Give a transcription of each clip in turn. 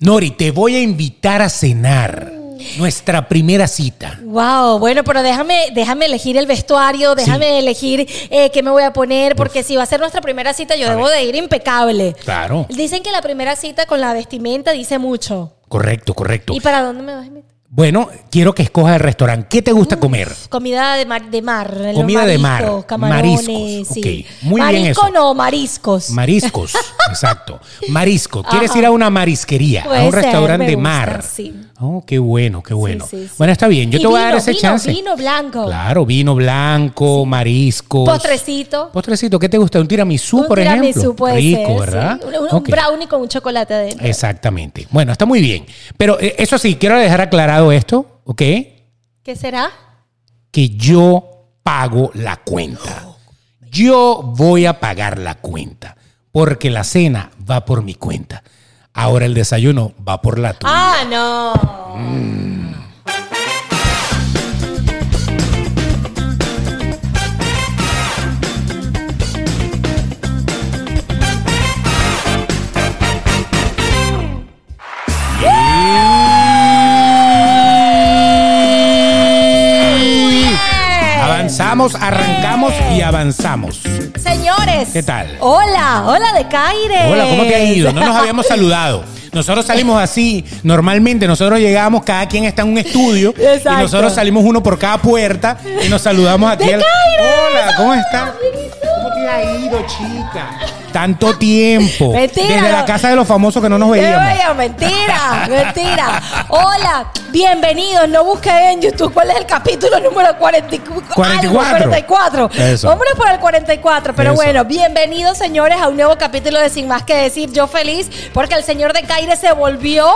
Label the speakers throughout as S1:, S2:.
S1: Nori, te voy a invitar a cenar. Nuestra primera cita.
S2: Wow, bueno, pero déjame, déjame elegir el vestuario, déjame elegir eh, qué me voy a poner, porque si va a ser nuestra primera cita, yo debo de ir impecable.
S1: Claro.
S2: Dicen que la primera cita con la vestimenta dice mucho.
S1: Correcto, correcto.
S2: ¿Y para dónde me vas a invitar?
S1: Bueno, quiero que escojas el restaurante. ¿Qué te gusta comer?
S2: Comida de mar, de mar los
S1: Comida de mar,
S2: mariscos, camarones,
S1: mariscos,
S2: sí.
S1: ok. Muy bien
S2: Marisco
S1: eso.
S2: no, mariscos.
S1: Mariscos, exacto. Marisco. ¿Quieres ir a una marisquería, a
S2: Puede
S1: un
S2: ser,
S1: restaurante
S2: me
S1: de
S2: gusta,
S1: mar?
S2: sí.
S1: Oh, qué bueno, qué bueno.
S2: sí, sí.
S1: Bueno, está bien. Yo
S2: Y
S1: te voy a dar
S2: vino,
S1: ese
S2: vino,
S1: chance.
S2: Vino blanco.
S1: Claro, vino blanco, mariscos.
S2: Postrecito.
S1: Postrecito, ¿qué te gusta? ¿Un tiramisú,
S2: Un
S1: por
S2: tiramisú
S1: ejemplo?
S2: puede
S1: Rico,
S2: ser,
S1: ¿verdad?
S2: sí. Un, un
S1: Ok. Eh.
S2: brownie con un chocolate adentro.
S1: Exactamente. Bueno, está muy bien. Pero eh, eso sí, quiero dejar aclarado esto, ¿ok?
S2: ¿Qué será?
S1: Que yo pago la cuenta. Yo voy a pagar la cuenta. Porque la cena va por mi cuenta. Ahora el desayuno va por la tuya.
S2: Ah, no.
S1: Mm. Avanzamos, arrancamos y avanzamos.
S2: Señores.
S1: ¿Qué tal?
S2: Hola, hola de Caire.
S1: Hola, ¿cómo te ha ido? No nos habíamos saludado. Nosotros salimos así, normalmente nosotros llegamos, cada quien está en un estudio
S2: Exacto.
S1: y nosotros salimos uno por cada puerta y nos saludamos aquí. al- Hola, ¿cómo estás? ¿Cómo te ha ido, chica? Tanto tiempo.
S2: Mentira,
S1: Desde la
S2: no.
S1: casa de los famosos que no nos
S2: Qué
S1: veíamos.
S2: bello, mentira, mentira. Hola, bienvenidos. No busquen en YouTube cuál es el capítulo número 44.
S1: 44.
S2: 44.
S1: Eso.
S2: Hombre por el 44. Pero
S1: Eso.
S2: bueno, bienvenidos, señores, a un nuevo capítulo de Sin Más que Decir. Yo feliz porque el señor de Caire se volvió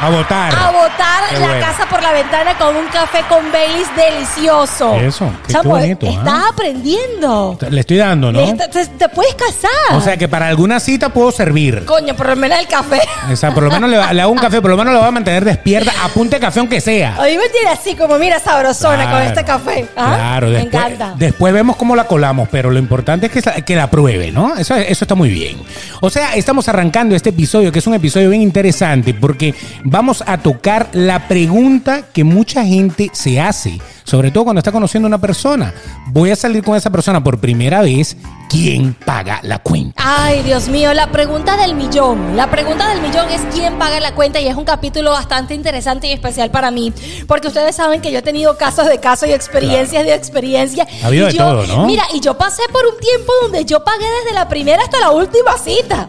S1: A votar.
S2: a botar
S1: Qué
S2: la
S1: bueno.
S2: casa por la ventana con un café con Baileys delicioso.
S1: Eso, qué- qué
S2: Chamo,
S1: bonito,
S2: Estás
S1: ah.
S2: aprendiendo.
S1: Le estoy dando, ¿no?
S2: Esta- Te, te puedes casar.
S1: O sea que para alguna cita puedo servir.
S2: Coño, por lo menos el café.
S1: O sea, por lo menos le, va- le hago un café, por lo menos lo voy a mantener despierta, apunte café aunque sea.
S2: Hoy me tiene así como, mira, sabrosona con
S1: Claro,
S2: este café. Ajá,
S1: Claro,
S2: me
S1: después,
S2: encanta.
S1: después vemos cómo la colamos, pero lo importante es que, sa- que la pruebe, ¿no? Eso, eso está muy bien. O sea, estamos arrancando este episodio, que es un episodio bien interesante, porque vamos a tocar la pregunta que mucha gente se hace, sobre todo cuando está conociendo a una persona. Voy a salir con esa persona por primera vez, ¿quién paga la cuenta?
S2: Ay, Dios mío, la pregunta del millón. La pregunta del millón es quién paga la cuenta y es un capítulo bastante interesante y especial para mí, porque ustedes saben que yo he tenido casos de casos y experiencias de experiencia.
S1: Ha habido
S2: Y
S1: de
S2: yo-
S1: todo, ¿no?
S2: Mira, y yo pasé por un tiempo donde yo pagué desde la primera hasta la última cita.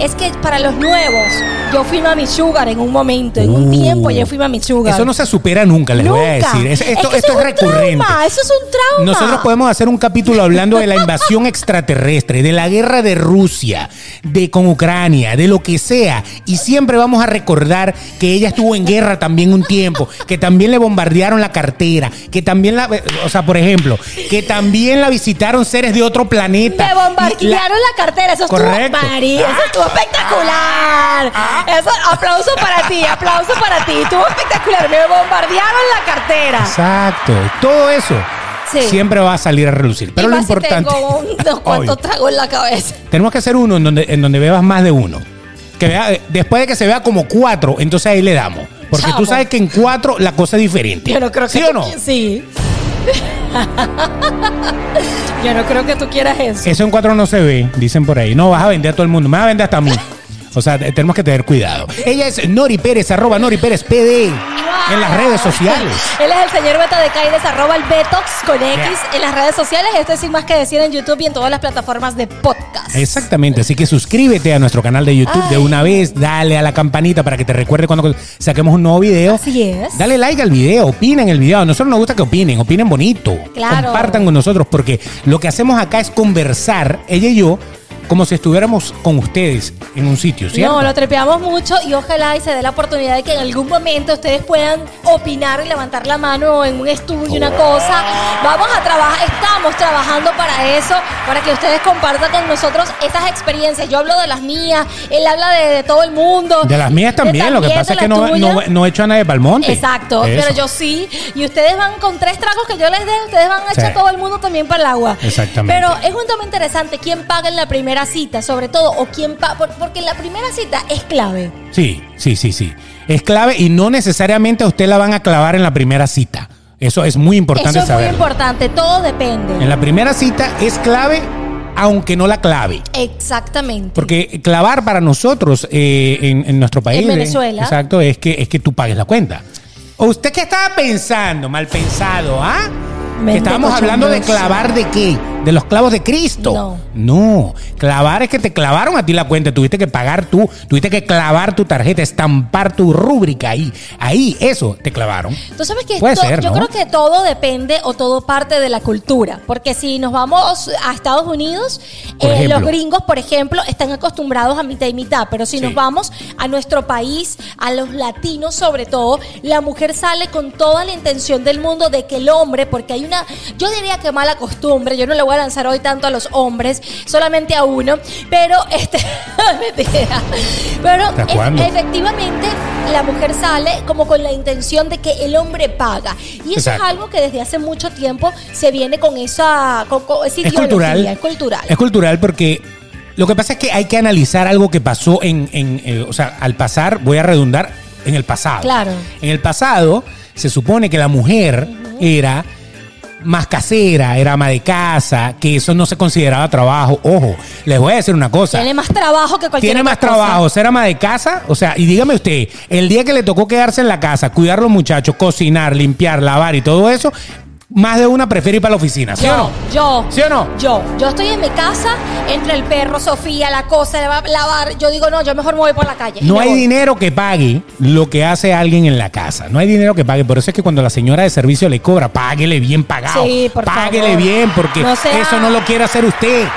S2: Es que para los nuevos, yo fui mami sugar en un momento, en un
S1: Uh,
S2: tiempo yo fui mami sugar.
S1: Eso no se supera nunca, les voy a
S2: Nunca.
S1: decir. Es- esto esto
S2: que eso
S1: es,
S2: un
S1: recurrente.
S2: Trauma, eso es un trauma.
S1: Nosotros podemos hacer un capítulo hablando de la invasión extraterrestre, de la guerra de Rusia, de con Ucrania, de lo que sea. Y siempre vamos a recordar que ella estuvo en guerra también un tiempo, que también le bombardearon la cartera, que también la, o sea, por ejemplo, que también la visitaron seres de otro planeta.
S2: Me
S1: Y la-
S2: bombardearon la, cartera, eso
S1: Correcto. Ah.
S2: estuvo María, eso estuvo espectacular. Eso, aplauso para ti, aplauso para ti, estuvo espectacular. Me bombardearon la cartera.
S1: Exacto. Todo eso
S2: Sí.
S1: siempre va a salir a relucir. Pero
S2: Y
S1: lo
S2: más si
S1: importante.
S2: tengo unos
S1: Obvio.
S2: cuantos tragos en la cabeza.
S1: Tenemos que hacer uno en donde, en donde bebas más de uno. Que vea, eh, después de que se vea como cuatro, entonces ahí le damos. Porque tú
S2: Chamo.
S1: sabes que en cuatro la cosa es diferente.
S2: Yo no creo que
S1: ¿Sí
S2: tú
S1: o no?
S2: qui- Sí. Yo no creo que tú quieras eso.
S1: Eso en cuatro no se ve, dicen por ahí. No, vas a vender a todo el mundo, me vas a vender hasta a mí. O sea, te- tenemos que tener cuidado. Ella es Nori Pérez, arroba Nori Pérez PD en las redes sociales.
S2: Él es el señor Beta de Caires, arroba el Betox con X
S1: Yeah.
S2: en las redes sociales. Esto es sin más que decir en YouTube y en todas las plataformas de podcast.
S1: Exactamente, así que suscríbete a nuestro canal de YouTube de
S2: Ay.
S1: una vez, dale a la campanita para que te recuerde cuando saquemos un nuevo video.
S2: Así es.
S1: Dale like al video, opinen el video. A nosotros nos gusta que opinen, opinen bonito.
S2: Claro.
S1: Compartan con nosotros porque lo que hacemos acá es conversar, ella y yo, como si estuviéramos con ustedes en un sitio, ¿cierto?
S2: No, lo trepeamos mucho y ojalá y se dé la oportunidad de que en algún momento ustedes puedan opinar y levantar la mano en un estudio, una cosa. Vamos a trabajar, estamos trabajando para eso, para que ustedes compartan con nosotros estas experiencias. Yo hablo de las mías, él habla de, de todo el mundo.
S1: de las mías
S2: De
S1: también, lo que
S2: también,
S1: pasa
S2: de
S1: es que
S2: las
S1: no, no,
S2: tuyas.
S1: no he hecho a nadie palmonte.
S2: Exacto, pero yo sí. Y ustedes van con tres tragos que yo les dé, ustedes van a
S1: Sí.
S2: echar todo el mundo también para el agua.
S1: Exactamente.
S2: Pero es un tema interesante. ¿Quién paga en la primera primera cita, sobre todo, o quién pa- por- porque la primera cita es clave.
S1: Sí, sí, sí, sí. Es clave y no necesariamente a usted la van a clavar en la primera cita. Eso es muy importante
S2: Eso es muy
S1: saberlo.
S2: importante, todo depende.
S1: En la primera cita es clave aunque no la clave.
S2: Exactamente.
S1: Porque clavar para nosotros eh, en, en nuestro país.
S2: En
S1: eh,
S2: Venezuela.
S1: exacto, es que, es que tú pagues la cuenta. ¿O ¿Usted qué estaba pensando, mal pensado, ah? Que
S2: Mente
S1: estábamos hablando de
S2: cochambrosa.
S1: clavar de qué? De los clavos de Cristo. No. clavar es que te clavaron a ti la cuenta, tuviste que pagar tú, tuviste que clavar tu tarjeta, estampar tu rúbrica ahí. Ahí, eso, te clavaron.
S2: Tú sabes que
S1: Puede
S2: esto-
S1: ser,
S2: yo
S1: ¿no?
S2: creo que todo depende o todo parte de la cultura, porque si nos vamos a Estados Unidos,
S1: Por
S2: eh,
S1: ejemplo.
S2: los gringos, por ejemplo, están acostumbrados a mitad y mitad, pero si
S1: Sí.
S2: nos vamos a nuestro país, a los latinos sobre todo, la mujer sale con toda la intención del mundo de que el hombre, porque hay una, yo diría que mala costumbre, yo no le voy a lanzar hoy tanto a los hombres, solamente a uno, pero este, mentira. pero
S1: ¿Hasta
S2: efe-
S1: cuándo?
S2: Efectivamente, la mujer sale como con la intención de que el hombre paga. Y eso
S1: Exacto.
S2: es algo que desde hace mucho tiempo se viene con esa, con, con esa
S1: es
S2: ideología,
S1: cultural.
S2: Es cultural.
S1: Es cultural porque lo que pasa es que hay que analizar algo que pasó en, en, eh, o sea, al pasar, voy a redundar, en el pasado.
S2: Claro.
S1: En el pasado se supone que la mujer era más casera, era ama de casa, que eso no se consideraba trabajo. Ojo, les voy a decir una cosa.
S2: tiene más trabajo que cualquier
S1: Tiene
S2: otra
S1: más
S2: cosa.
S1: trabajo, ser ama de casa, o sea, y dígame usted, el día que le tocó quedarse en la casa, cuidar los muchachos, cocinar, limpiar, lavar y todo eso, más de una prefiere ir para la oficina, ¿sí
S2: Yo,
S1: o no?
S2: yo,
S1: ¿Sí o no?
S2: yo, yo estoy en mi casa, entre el perro, Sofía, la cosa, la- lavar. Yo digo, no, yo mejor me voy por la calle. y
S1: No
S2: me
S1: hay
S2: voy.
S1: dinero que pague lo que hace alguien en la casa. No hay dinero que pague. Por eso es que cuando la señora de servicio le cobra, páguele bien pagado.
S2: Sí, por
S1: páguele
S2: favor.
S1: bien, porque
S2: No sea-
S1: eso no lo quiere hacer usted.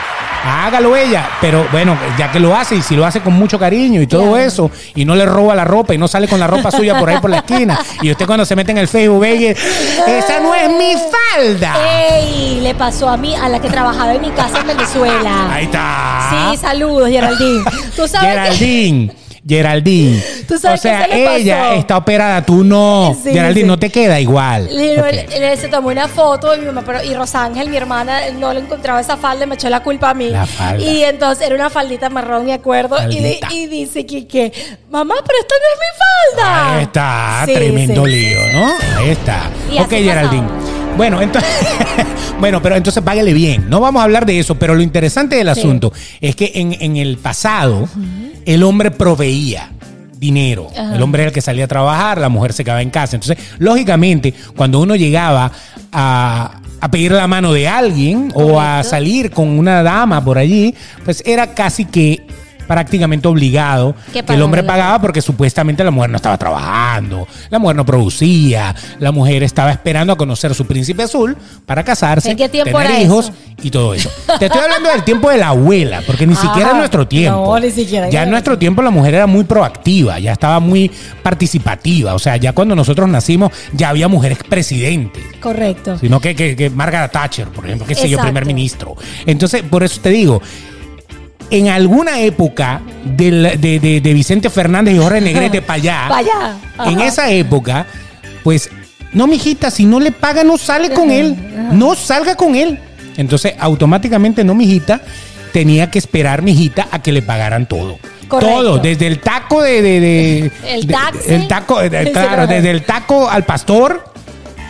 S1: Hágalo ella, pero bueno, ya que lo hace y si lo hace con mucho cariño y todo
S2: Claro.
S1: eso, y no le roba la ropa y no sale con la ropa suya por ahí por la esquina, y usted cuando se mete en el Facebook ve que, esa no es mi falda.
S2: Eh, ¡Ey! Le pasó a mí, a la que trabajaba en mi casa en Venezuela.
S1: Ahí está.
S2: Sí, saludos, Geraldine. Tú sabes que...
S1: ah. Geraldine. Geraldine.
S2: ¿Tú sabes
S1: o sea,
S2: qué se le pasó?
S1: ella está operada, tú no.
S2: Sí,
S1: Geraldine,
S2: sí.
S1: no te queda igual.
S2: Le-
S1: Ok.
S2: le- se tomó una foto y mi mamá, pero, y Rosángel, mi hermana, no le encontraba esa falda y me echó la culpa a mí.
S1: La falda.
S2: Y entonces era una faldita marrón, me acuerdo. Y, di-
S1: Faldita.
S2: y dice Quique, mamá, pero esta no es mi falda.
S1: Ahí está,
S2: Sí,
S1: tremendo
S2: sí.
S1: lío, ¿no? Ahí está.
S2: Y
S1: Ok,
S2: así
S1: Geraldine. Bueno, entonces, bueno, pero entonces págale bien. No vamos a hablar de eso, pero lo interesante del
S2: Sí.
S1: asunto es que en, en el pasado el hombre proveía dinero.
S2: Ajá.
S1: El hombre era el que salía a trabajar, la mujer se quedaba en casa. Entonces, lógicamente, cuando uno llegaba a, a pedir la mano de alguien o a
S2: Correcto.
S1: salir con una dama por allí, pues era casi que prácticamente obligado
S2: Que
S1: que el hombre
S2: pagara la-
S1: pagaba pagaba porque supuestamente la mujer no estaba trabajando, la mujer no producía, la mujer estaba esperando a conocer su príncipe azul para casarse,
S2: ¿En qué tiempo
S1: tener
S2: era
S1: hijos
S2: eso?
S1: y todo eso. Te estoy hablando del tiempo de la abuela, porque ni
S2: Ah,
S1: siquiera en nuestro tiempo.
S2: no, ni siquiera.
S1: Ya en nuestro tiempo la mujer era muy proactiva, ya estaba muy participativa. O sea, ya cuando nosotros nacimos ya había mujeres presidentes
S2: Correcto.
S1: sino que, que, que Margaret Thatcher, por ejemplo, que sé yo,
S2: Exacto.
S1: primer ministro. Entonces, por eso te digo, en alguna época del- de, de- de Vicente Fernández y Jorge Negrete para allá,
S2: Pa' allá,
S1: en
S2: ajá.
S1: esa época, pues, no, mijita, si no le paga, no sale con él, no salga con él. Entonces, automáticamente, no, mijita, tenía que esperar, mijita, a que le pagaran todo.
S2: Correcto.
S1: Todo, desde el taco de... de- de-
S2: El
S1: de-
S2: taxi.
S1: el taco, eh,
S2: Sí,
S1: claro,
S2: claro.
S1: desde el taco al pastor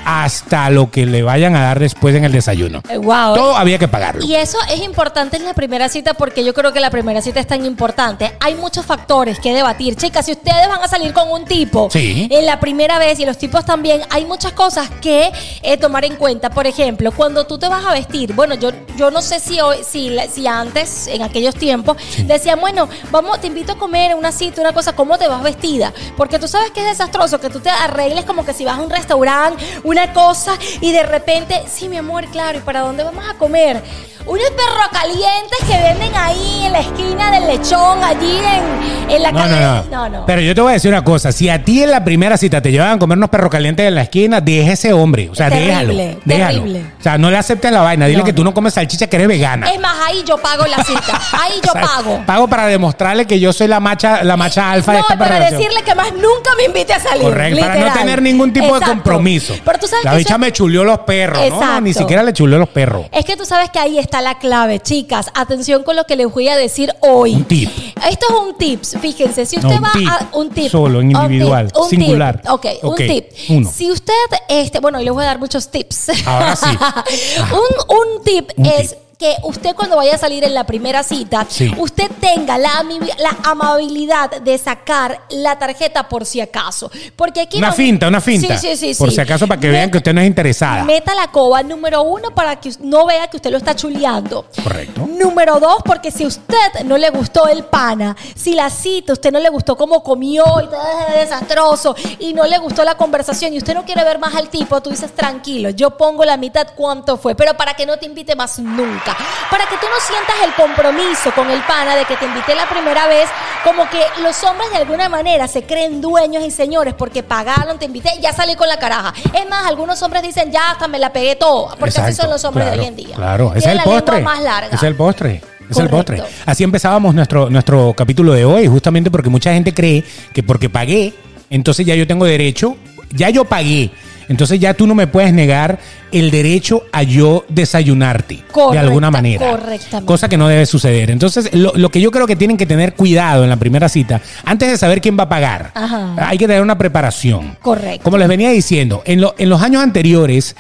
S1: hasta lo que le vayan a dar después en el desayuno.
S2: Eh, guau.
S1: Todo había que pagarlo.
S2: Y eso es importante en la primera cita porque yo creo que la primera cita es tan importante. Hay muchos factores que debatir. Chicas, si ustedes van a salir con un tipo eh,
S1: Sí.
S2: en la primera vez y los tipos también, hay muchas cosas que eh, tomar en cuenta. Por ejemplo, cuando tú te vas a vestir, bueno, yo, yo no sé si, hoy, si, la- si antes, en aquellos tiempos, decían, bueno, vamos, te invito a comer una cita, una cosa, ¿cómo te vas vestida? Porque tú sabes que es desastroso que tú te arregles como que si vas a un restaurante, una cosa, y de repente, sí, mi amor, claro, ¿y para dónde vamos a comer? Unos perros calientes que venden ahí en la esquina del lechón, allí en, en la
S1: No,
S2: calle.
S1: no, no, Pero yo te voy a decir una cosa. Si a ti en la primera cita te llevan a comer unos perros calientes en la esquina, deja ese hombre. O sea, déjalo.
S2: Terrible,
S1: Déjalo.
S2: terrible.
S1: O sea, no le aceptes la vaina. Dile
S2: No.
S1: que tú no comes salchicha, que eres vegana.
S2: Es más, ahí yo pago la cita. Ahí
S1: O
S2: yo
S1: sea,
S2: pago.
S1: Pago para demostrarle que yo soy la macha, la macha alfa de
S2: No,
S1: esta
S2: para
S1: relación.
S2: decirle que más nunca me invite a salir.
S1: Correcto, para no
S2: literal.
S1: tener ningún tipo de compromiso.
S2: Pero tú sabes
S1: La
S2: que
S1: bicha
S2: eso-
S1: me chuleó los perros, ¿no?
S2: Exacto.
S1: Ni siquiera le chuleó los perros.
S2: Es que tú sabes que ahí está la clave, chicas. Atención con lo que les voy a decir hoy.
S1: Un tip.
S2: Esto es un tips. Fíjense, si
S1: No,
S2: usted
S1: un
S2: va
S1: tip.
S2: a un tip.
S1: Solo, en
S2: un tip,
S1: individual,
S2: un tip.
S1: singular.
S2: Ok,
S1: Ok,
S2: un tip.
S1: uno.
S2: Si usted, este, bueno, yo les voy a dar muchos tips.
S1: Ahora sí.
S2: un, un tip
S1: Un
S2: es
S1: tip.
S2: que usted cuando vaya a salir en la primera cita,
S1: Sí.
S2: usted tenga la, ami- la amabilidad de sacar la tarjeta por si acaso. Porque aquí
S1: Una
S2: no-
S1: finta, una finta.
S2: Sí, sí, sí.
S1: Por
S2: sí.
S1: si acaso, para que
S2: Meta-
S1: vean que usted no es interesada.
S2: Meta la coba número uno para que us- no vea que usted lo está chuleando.
S1: Correcto.
S2: Número dos, porque si usted no le gustó el pana, si la cita, usted no le gustó cómo comió y todo es desastroso y no le gustó la conversación y usted no quiere ver más al tipo, tú dices tranquilo, yo pongo la mitad cuánto fue, pero para que no te invite más nunca, para que tú no sientas el compromiso con el pana de que te invité la primera vez, como que los hombres de alguna manera se creen dueños y señores porque pagaron, te invité, ya salí con la caraja. Es más, algunos hombres dicen ya hasta me la pegué toda, porque así
S1: Exacto,
S2: son los hombres
S1: claro,
S2: de hoy en día.
S1: Claro, es
S2: Tienen
S1: el
S2: la lengua
S1: postre.
S2: más larga.
S1: Es el postre. Es el
S2: Correcto.
S1: postre. Así empezábamos nuestro, nuestro capítulo de hoy, justamente porque mucha gente cree que porque pagué, entonces ya yo tengo derecho, ya yo pagué. Entonces ya tú no me puedes negar el derecho a yo desayunarte de
S2: Correcta-
S1: alguna manera.
S2: correctamente.
S1: Cosa que no debe suceder. Entonces, lo, lo que yo creo que tienen que tener cuidado en la primera cita, antes de saber quién va a pagar,
S2: Ajá.
S1: hay que tener una preparación.
S2: Correcto.
S1: Como les venía diciendo, en, lo- en los años anteriores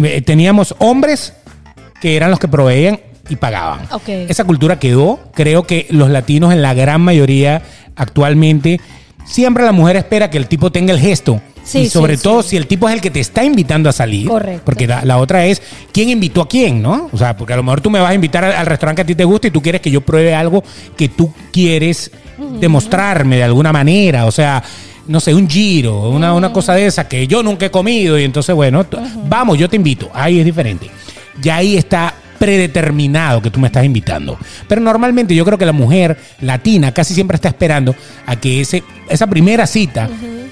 S1: eh, teníamos hombres que eran los que proveían y pagaban.
S2: Ok.
S1: Esa cultura quedó. Creo que los latinos en la gran mayoría actualmente, siempre la mujer espera que el tipo tenga el gesto.
S2: Sí,
S1: y sobre
S2: sí,
S1: todo
S2: sí.
S1: si el tipo es el que te está invitando a salir.
S2: Correcto.
S1: Porque la, la otra es quién invitó a quién, ¿no? O sea, porque a lo mejor tú me vas a invitar al, al restaurante que a ti te gusta y tú quieres que yo pruebe algo que tú quieres demostrarme de alguna manera. O sea, no sé, un giro, una, una cosa de esa que yo nunca he comido y entonces, bueno, t- vamos, yo te invito. Ahí es diferente. Ya ahí está predeterminado que tú me estás invitando. Pero normalmente yo creo que la mujer latina casi siempre está esperando a que ese, esa primera cita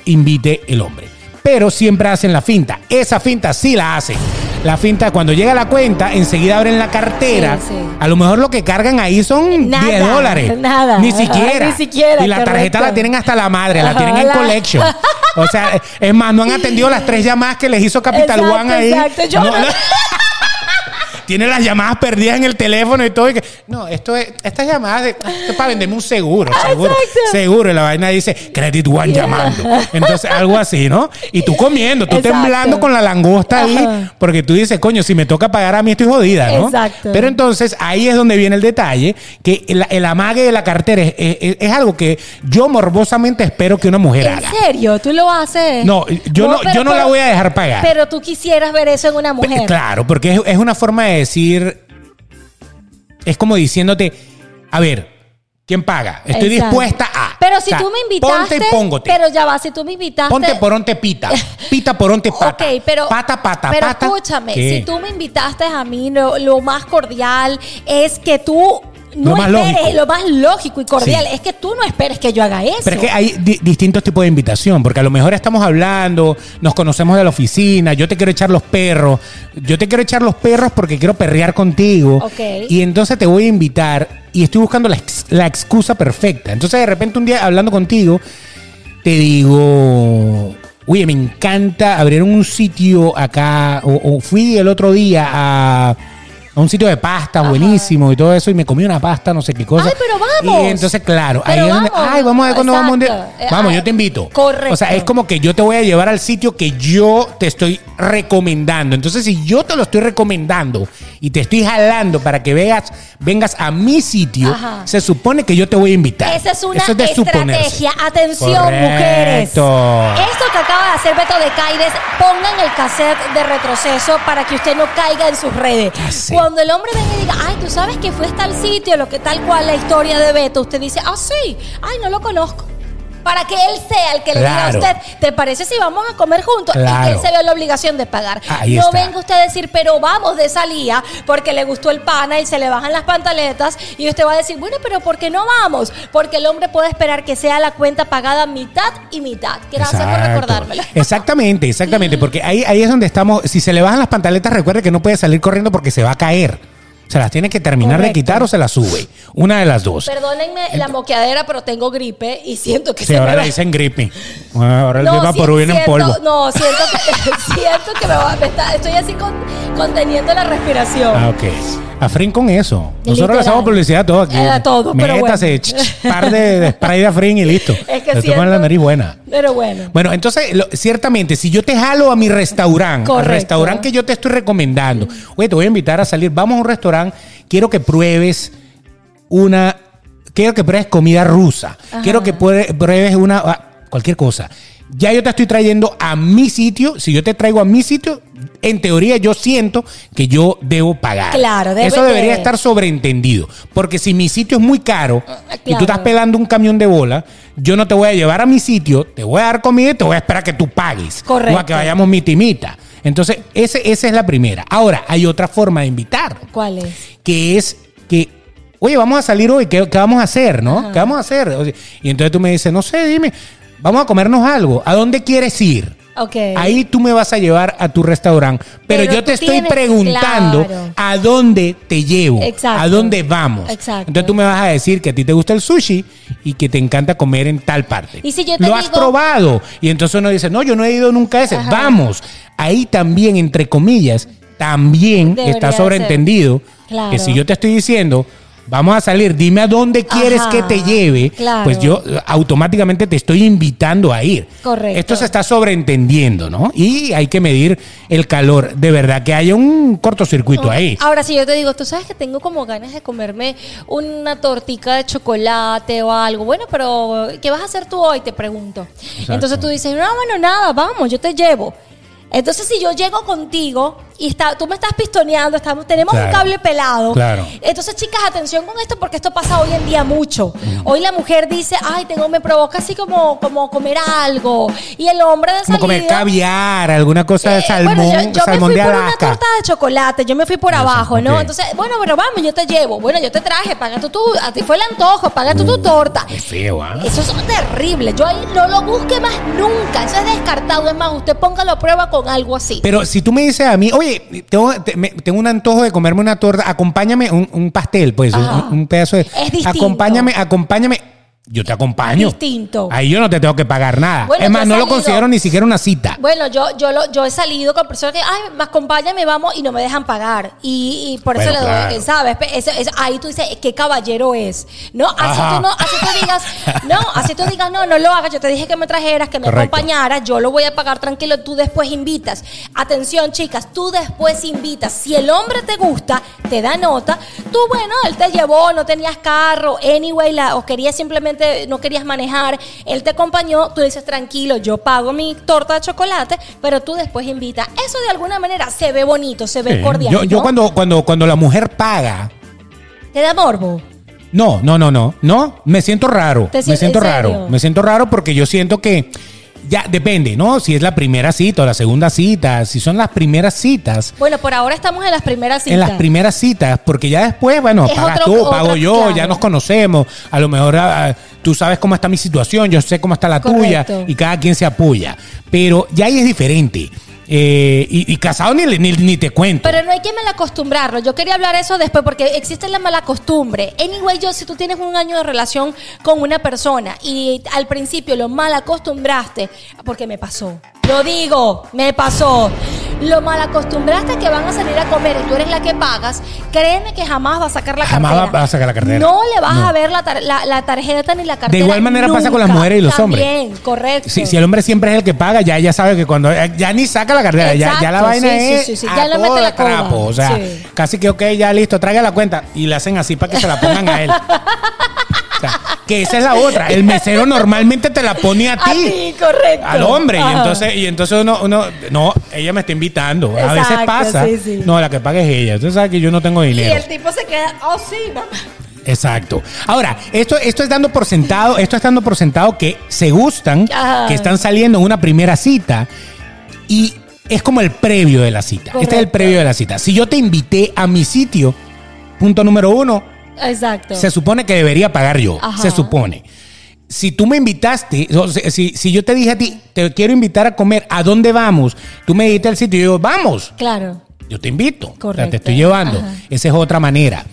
S1: invite el hombre pero siempre hacen la finta. Esa finta sí la hacen. La finta cuando llega la cuenta, enseguida abren la cartera.
S2: Sí, sí.
S1: A lo mejor lo que cargan ahí son
S2: Nada,
S1: 10 dólares.
S2: nada.
S1: Ni siquiera.
S2: Ni siquiera,
S1: Y la tarjeta
S2: correcto.
S1: la tienen hasta la madre, la
S2: Ajá,
S1: tienen en
S2: la-
S1: collection. O sea, es más, no han atendido las tres llamadas que les hizo Capital
S2: Exacto,
S1: One ahí.
S2: exacto. Yo-
S1: No, no. Tiene las llamadas perdidas en el teléfono y todo. y que, no, esto es, estas llamadas de, esto es para venderme un seguro, seguro. Seguro. Y la vaina dice Credit One
S2: Yeah.
S1: llamando. Entonces, algo así, ¿no? Y tú comiendo, tú
S2: Exacto.
S1: temblando con la langosta ahí,
S2: Ajá.
S1: porque tú dices, coño, si me toca pagar a mí estoy jodida, ¿no?
S2: Exacto.
S1: Pero entonces ahí es donde viene el detalle, que el, el amague de la cartera es, es- es algo que yo morbosamente espero que una mujer
S2: ¿En
S1: haga.
S2: serio? ¿Tú lo haces?
S1: No, yo no, yo no la voy a dejar pagar.
S2: Pero tú quisieras ver eso en una
S1: Pe-
S2: mujer.
S1: Claro, porque es, es una forma de decir. Es como diciéndote, a ver, ¿quién paga? Estoy
S2: Exacto.
S1: dispuesta a.
S2: Pero si
S1: O sea,
S2: tú me invitaste.
S1: Ponte y póngote.
S2: Pero ya va, si tú me invitaste.
S1: ponte por onte pita. Pita por onte pata.
S2: Ok, pero.
S1: Pata, pata,
S2: Pero
S1: pata.
S2: escúchame,
S1: ¿Qué?
S2: si tú me invitaste a mí, lo, lo más cordial es que tú. No
S1: Lo más
S2: esperes,
S1: lógico.
S2: lo más lógico y cordial
S1: Sí.
S2: es que tú no esperes que yo haga eso.
S1: Pero es que hay di- distintos tipos de invitación, porque a lo mejor estamos hablando, nos conocemos de la oficina, yo te quiero echar los perros, yo te quiero echar los perros porque quiero perrear contigo.
S2: Ok.
S1: Y entonces te voy a invitar y estoy buscando la, ex- la excusa perfecta. Entonces de repente un día hablando contigo, te digo, oye, me encanta, abrieron un sitio acá, o, o fui el otro día a... a un sitio de pasta buenísimo y todo eso, y me comí una pasta, no sé qué cosa.
S2: Ay, pero vamos.
S1: Y entonces, claro,
S2: Pero
S1: ahí es donde,
S2: vamos.
S1: ay, vamos a ver cuándo vamos a un día.
S2: Exacto. Eh,
S1: Vamos,
S2: ah,
S1: yo te invito.
S2: correcto.
S1: O sea, es como que yo te voy a llevar al sitio que yo te estoy recomendando. Entonces, si yo te lo estoy recomendando y te estoy jalando para que veas, vengas a mi sitio,
S2: Ajá.
S1: se supone que yo te voy a invitar.
S2: Esa es una
S1: Eso de suponerse.
S2: estrategia. Atención,
S1: Correcto.
S2: mujeres. Eh, Esto que acaba de hacer Beto de Caides, pongan el cassette de retroceso para que usted no caiga en sus redes.
S1: sé.
S2: Cuando el hombre venga y diga, ay, tú sabes que fue a tal sitio, lo que tal cual la historia de Beto, usted dice, ah, sí, ay, no lo conozco. Para que él sea el que le
S1: Claro.
S2: diga a usted, ¿te parece si vamos a comer juntos? Y que él
S1: Claro.
S2: se vea la obligación de pagar.
S1: Ahí
S2: no
S1: está.
S2: venga usted a decir, pero vamos de salida, porque le gustó el pana y se le bajan las pantaletas, y usted va a decir, bueno, pero ¿por qué no vamos? Porque el hombre puede esperar que sea la cuenta pagada mitad y mitad. Gracias por
S1: Exacto.
S2: recordármelo.
S3: Eh,
S1: Exactamente, exactamente, porque ahí, ahí es donde estamos. Si se le bajan las pantaletas, recuerde que no puede salir corriendo porque se va a caer.
S3: Se las tiene que terminar de
S2: Correcto.
S3: quitar o se las sube. Una de las dos.
S2: Perdónenme la moqueadera, pero tengo gripe y siento que
S3: Sí,
S2: me
S3: ahora
S2: va-
S3: le dicen gripe. Ah, Ahora el
S2: No,
S3: Viva
S2: sí,
S3: Perú viene en
S2: siento-
S3: polvo.
S2: No, siento que, siento que me va, me está- estoy así con- conteniendo la respiración.
S3: Ah, ok. Afrin con eso. Nosotros le
S2: Literal.
S3: hacemos publicidad a todo aquí.
S2: Eh, a todo, pero
S3: Métase,
S2: bueno.
S3: ch, ch, par de, de spray de Afrin y listo.
S2: es
S3: Le
S2: que
S3: toman
S2: siento,
S3: la nariz buena.
S2: Pero bueno.
S3: Bueno, entonces, lo- ciertamente, si yo te jalo a mi restaurante, al
S2: Correcto.
S3: restaurante que yo te estoy recomendando, oye, te voy a invitar a salir, vamos a un restaurante, quiero que pruebes una, quiero que pruebes comida rusa, quiero que pue- pruebes una, ah, cualquier cosa. Ya yo te estoy trayendo a mi sitio, si yo te traigo a mi sitio, en teoría yo siento que yo debo pagar.
S2: Claro, debe
S3: Eso debería
S2: de-
S3: estar
S1: sobreentendido. Porque si mi sitio es muy caro y tú
S2: claro.
S1: estás pelando un camión de bola, yo no te voy a llevar a mi sitio, te voy a dar comida y te voy a esperar a que tú pagues.
S2: Correcto.
S1: O a que vayamos mitimita. Entonces, ese, esa es la primera. Ahora, hay otra forma de invitar,
S2: ¿Cuál es?
S1: que es que, oye, vamos a salir hoy, ¿qué, qué vamos a hacer, no? ¿Qué vamos a hacer? O sea, y entonces tú me dices, no sé, dime, vamos a comernos algo. ¿A dónde quieres ir?
S2: Ok.
S1: Ahí tú me vas a llevar a tu restaurante. Pero,
S2: Pero
S1: yo te
S2: tú
S1: estoy
S2: tienes-
S1: preguntando
S2: claro.
S1: a dónde te llevo,
S2: Exacto.
S1: a dónde vamos.
S2: Exacto.
S1: Entonces tú me vas a decir que a ti te gusta el sushi y que te encanta comer en tal parte.
S2: Y si yo te
S1: Lo has
S2: digo-
S1: probado. Y entonces uno dice, no, yo no he ido nunca a ese.
S2: Ajá.
S1: Vamos. Ahí también, entre comillas, también
S2: Debería
S1: está
S2: de
S1: sobreentendido
S2: ser. Claro.
S1: que si yo te estoy diciendo... Vamos a salir, dime a dónde quieres
S2: Ajá.
S1: que te lleve.
S2: Claro.
S1: Pues yo eh, automáticamente te estoy invitando a ir.
S2: Correcto.
S1: Esto se está sobreentendiendo, ¿no? Y hay que medir el calor. De verdad que haya un cortocircuito ahí.
S2: Ahora, si yo te digo, tú sabes que tengo como ganas de comerme una tortica de chocolate o algo. Bueno, pero ¿qué vas a hacer tú hoy? Te pregunto. Entonces tú dices, no, bueno, nada, vamos, yo te llevo. Entonces, si yo llego contigo y está, tú me estás pistoneando, estamos, tenemos un
S1: Claro.
S2: cable pelado.
S1: Claro.
S2: Entonces, chicas, atención con esto porque esto pasa hoy en día mucho. Hoy la mujer dice, ay, tengo, me provoca así como, como comer algo. Y el hombre de
S1: Como comer
S2: salida-
S1: caviar, alguna cosa de
S2: eh,
S1: salmón,
S2: bueno, yo, yo
S1: salmón
S2: me fui
S1: de
S2: por una
S1: Alaska.
S2: torta de chocolate, yo me fui por abajo, ¿no?
S1: ok.
S2: Entonces, bueno, bueno, vamos, yo te llevo. Bueno, yo te traje, paga tú tu, a ti fue el antojo, paga tú tu torta.
S1: Qué feo, ¿ah?
S2: Eso es terrible. Yo ahí no lo busque más nunca. Eso es descartado. Es más, usted póngalo a prueba con algo así.
S1: Pero si tú me dices a mí, oye, tengo, te- me- tengo un antojo de comerme una torta, acompáñame un, un pastel, pues, un,
S2: Ajá.
S1: un pedazo de.
S2: Es distinto.
S1: Acompáñame, acompáñame. Yo te acompaño.
S2: Es distinto.
S1: Ahí yo no te tengo que pagar nada.
S2: Bueno,
S1: es
S2: yo
S1: más,
S2: he
S1: no lo
S2: salido-
S1: considero ni siquiera una cita.
S2: Bueno, yo, yo, lo, yo he salido con personas que, ay, me acompáñame, vamos, y no me dejan pagar. Y, y por eso
S1: Bueno,
S2: le doy,
S1: claro.
S2: ¿sabes? Pe- eso- eso- ahí tú dices, ¿qué caballero es? No, así
S1: Ajá.
S2: tú no, así tú digas, no, así tú digas, no, no lo hagas, yo te dije que me trajeras, que me
S1: Correcto.
S2: acompañaras, yo lo voy a pagar tranquilo, tú después invitas. Atención, chicas, tú después invitas. Si el hombre te gusta, te da nota, tú, bueno, él te llevó, no tenías carro, anyway, la, o querías simplemente, no querías manejar, él te acompañó, tú dices, tranquilo, yo pago mi torta de chocolate, pero tú después invitas. Eso de alguna manera se ve bonito, se ve
S1: Sí.
S2: cordial.
S1: Yo, yo
S2: ¿no?
S1: cuando, cuando, cuando la mujer paga,
S2: Te da morbo.
S1: No, no, no, no. No, me siento raro.
S2: ¿Te
S1: me
S2: sien-
S1: siento
S2: en serio?
S1: raro. Me siento raro porque yo siento que ya depende, ¿no? Si es la primera cita o la segunda cita, si son las primeras citas.
S2: Bueno, por ahora estamos en las primeras citas.
S1: En las primeras citas, porque ya después, bueno,
S2: Es
S1: pagas
S2: otro-
S1: tú,
S2: otro-
S1: pago yo,
S2: claro.
S1: ya nos conocemos. A lo mejor ah, tú sabes cómo está mi situación, yo sé cómo está la
S2: Correcto.
S1: tuya y cada quien se apoya. Pero ya ahí es diferente. Eh, y, y casado ni, le- ni, ni te cuento.
S2: Pero no hay que malacostumbrarlo. Yo quería hablar eso después porque existe la mala costumbre. Anyway, yo, si tú tienes un año de relación con una persona y al principio lo mal acostumbraste, porque me pasó. Lo digo, me pasó. Lo mal acostumbraste que van a salir a comer y tú eres la que pagas, créeme que jamás va a sacar la
S1: Jamás
S2: cartera.
S1: va a sacar la cartera.
S2: No le vas
S1: No.
S2: a ver la, tar- la- la tarjeta ni la cartera.
S1: igual manera pasa con las
S2: nunca.
S1: mujeres y los hombres.
S2: También, correcto.
S1: Si, si el hombre siempre es el que paga, ya ella sabe que cuando eh, ya ni saca la cartera, ya, ya la
S2: Exacto,
S1: vaina
S2: sí, sí,
S1: es
S2: sí, sí.
S1: a
S2: Ya le mete
S1: todo
S2: la coba.
S1: trapo, o sea,
S2: Sí.
S1: casi que ok, ya listo, traiga la cuenta y le hacen así para que se la pongan a él. O sea, que esa es la otra, el mesero normalmente te la pone a
S2: A
S1: ti.
S2: ti, correcto.
S1: Al hombre, y
S2: Ajá.
S1: entonces, y entonces uno, uno, no, ella me está invitando. a veces
S2: Exacto,
S1: pasa.
S2: sí, sí.
S1: No, la que paga es ella. Usted sabe que yo no tengo
S2: Y
S1: dinero.
S2: el tipo se queda, oh sí, mamá.
S1: Exacto. Ahora, esto, esto es dando por sentado, esto es dando por sentado que se gustan,
S2: Ajá.
S1: que están saliendo en una primera cita y es como el previo de la cita. Este es el
S2: Correcto.
S1: previo de la cita. Si yo te invité a mi sitio, punto número uno,
S2: Exacto.
S1: se supone que debería pagar yo.
S2: Ajá.
S1: Se supone. Si tú me invitaste, o sea, si, si yo te dije a ti, te quiero invitar a comer, ¿a dónde vamos? Tú me dijiste el sitio y yo, vamos.
S2: Claro.
S1: yo te invito. O sea,
S2: Correcto.
S1: te estoy llevando.
S2: Ajá.
S1: Esa es otra manera.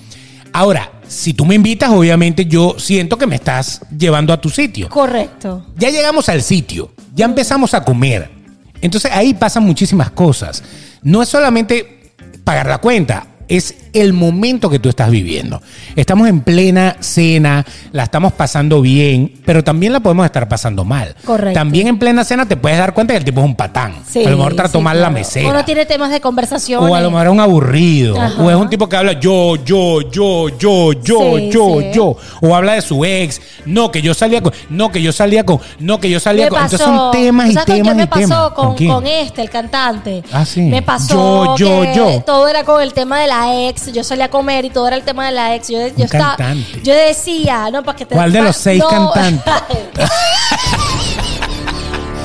S1: Ahora, si tú me invitas, obviamente yo siento que me estás llevando a tu sitio.
S2: Correcto.
S1: Ya llegamos al sitio, ya empezamos a comer. Entonces ahí pasan muchísimas cosas. No es solamente pagar la cuenta, es el momento que tú estás viviendo. Estamos en plena cena, la estamos pasando bien, pero también la podemos estar pasando mal.
S2: Correcto.
S1: También en plena cena te puedes dar cuenta que el tipo es un patán.
S2: Sí,
S1: a lo mejor trató
S2: sí,
S1: mal la
S2: claro.
S1: mesera.
S2: O no tiene temas de conversación.
S1: O a lo mejor es un aburrido.
S2: Ajá.
S1: O es un tipo que habla yo, yo, yo, yo, yo,
S2: Sí,
S1: yo,
S2: sí.
S1: yo. O habla de su ex. No, que yo salía con. No, que yo salía con. No, que yo salía
S2: Me
S1: con.
S2: pasó,
S1: Entonces son temas
S2: ¿tú
S1: y
S2: sabes con
S1: temas
S2: quién
S1: y
S2: me
S1: temas.
S2: pasó con,
S1: quién?
S2: con este, el cantante.
S1: Ah, sí.
S2: Me pasó
S1: Yo, yo,
S2: que
S1: yo.
S2: todo era con el tema de la ex. Yo salía a comer y todo era el tema de la ex. Yo, yo estaba,
S1: cantante.
S2: yo decía, no, para que te
S1: ¿Cuál de
S2: pa-
S1: los seis
S2: no.
S1: cantantes?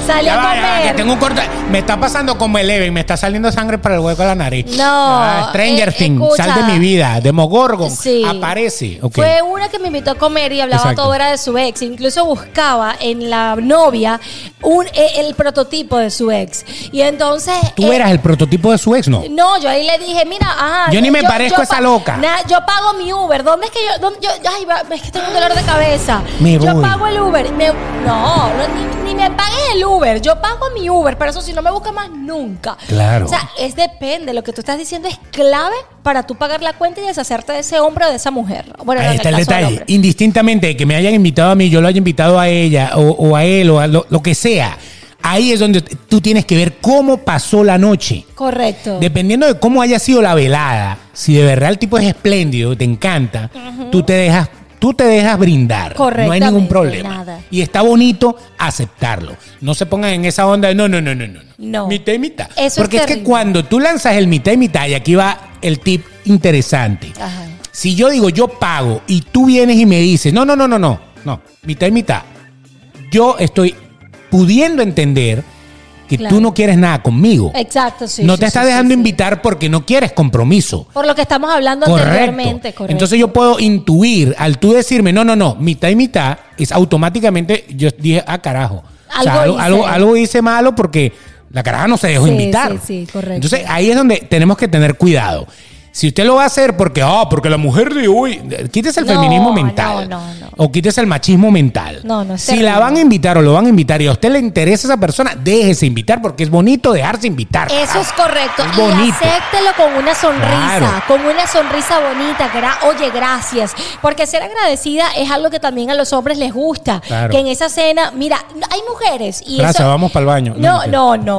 S2: Salí
S1: Ya
S2: a
S1: va, ya va, que
S2: comer.
S1: tengo un corte. Me está pasando como Eleven. Me está saliendo sangre para el hueco de la nariz.
S2: No,
S1: Ah, Stranger
S2: eh,
S1: Things. Sal de
S2: escucha.
S1: mi vida. Demogorgon.
S2: Sí.
S1: Aparece. Ok.
S2: Fue una que me invitó a comer y hablaba
S1: Exacto.
S2: todo era de su ex. Incluso buscaba en la novia un, eh, el prototipo de su ex. Y entonces.
S1: Tú
S2: eh,
S1: eras el prototipo de su ex, ¿no?
S2: No, yo ahí le dije, mira, ah,
S1: Yo ni me parezco a esa
S2: pa-
S1: loca.
S2: na- yo pago mi Uber. ¿Dónde es que yo, dónde- yo- ay, va- es que tengo un dolor de cabeza.
S1: Me
S2: yo
S1: voy.
S2: pago el Uber. Me- no, no, ni, ni me pagues el Uber. Yo pago mi Uber, pero eso si no me busca más nunca.
S1: Claro.
S2: O sea, es depende. Lo que tú estás diciendo es clave para tú pagar la cuenta y deshacerte de ese hombre o de esa mujer. Bueno, no,
S1: Ahí
S2: en
S1: está el
S2: caso del
S1: detalle.
S2: hombre.
S1: Indistintamente de que me hayan invitado a mí, yo lo haya invitado a ella o, o a él o a lo, lo que sea. Ahí es donde t- tú tienes que ver cómo pasó la noche.
S2: Correcto.
S1: Dependiendo de cómo haya sido la velada, si de verdad el tipo es espléndido, te encanta, tú te dejas tú te dejas brindar. No hay ningún
S2: Correctamente,
S1: problema.
S2: nada.
S1: Y está bonito aceptarlo. No se pongan en esa onda de no, no, no, no, no.
S2: No.
S1: Mitad y mitad.
S2: Eso es
S1: Porque es, que
S2: terrible.
S1: cuando tú lanzas el mitad y mitad, y aquí va el tip interesante.
S2: Ajá.
S1: Si yo digo yo pago y tú vienes y me dices, no, no, no, no, no, no, mitad y mitad, yo estoy pudiendo entender que
S2: Claro.
S1: tú no quieres nada conmigo.
S2: Exacto, sí.
S1: no
S2: sí,
S1: te
S2: sí,
S1: estás
S2: sí,
S1: dejando
S2: sí.
S1: invitar porque no quieres compromiso.
S2: Por lo que estamos hablando
S1: Correcto.
S2: anteriormente, correcto.
S1: Entonces yo puedo intuir, al tú decirme, no, no, no, mitad y mitad, es automáticamente, yo dije, ah, carajo. O sea,
S2: Algo
S1: algo,
S2: hice.
S1: algo- algo hice malo porque la caraja no se dejó
S2: Sí,
S1: invitar.
S2: sí, sí, correcto.
S1: Entonces ahí es donde tenemos que tener cuidado. Si usted lo va a hacer porque, ah, porque la mujer de hoy, quítese el
S2: No,
S1: feminismo mental.
S2: no, no, no.
S1: O quítese el machismo mental.
S2: No, no, es
S1: Si
S2: terrible.
S1: la van a invitar o lo van a invitar y a usted le interesa esa persona, déjese invitar porque es bonito dejarse invitar.
S2: Eso es correcto.
S1: Es
S2: y
S1: bonito.
S2: acéptelo con una sonrisa,
S1: Claro.
S2: con una sonrisa bonita. gra- Oye, gracias. Porque ser agradecida es algo que también a los hombres les gusta.
S1: Claro.
S2: Que en esa cena, mira, hay mujeres y
S1: Gracias,
S2: eso-
S1: vamos pa'l baño.
S2: No,
S1: No,
S2: no, no.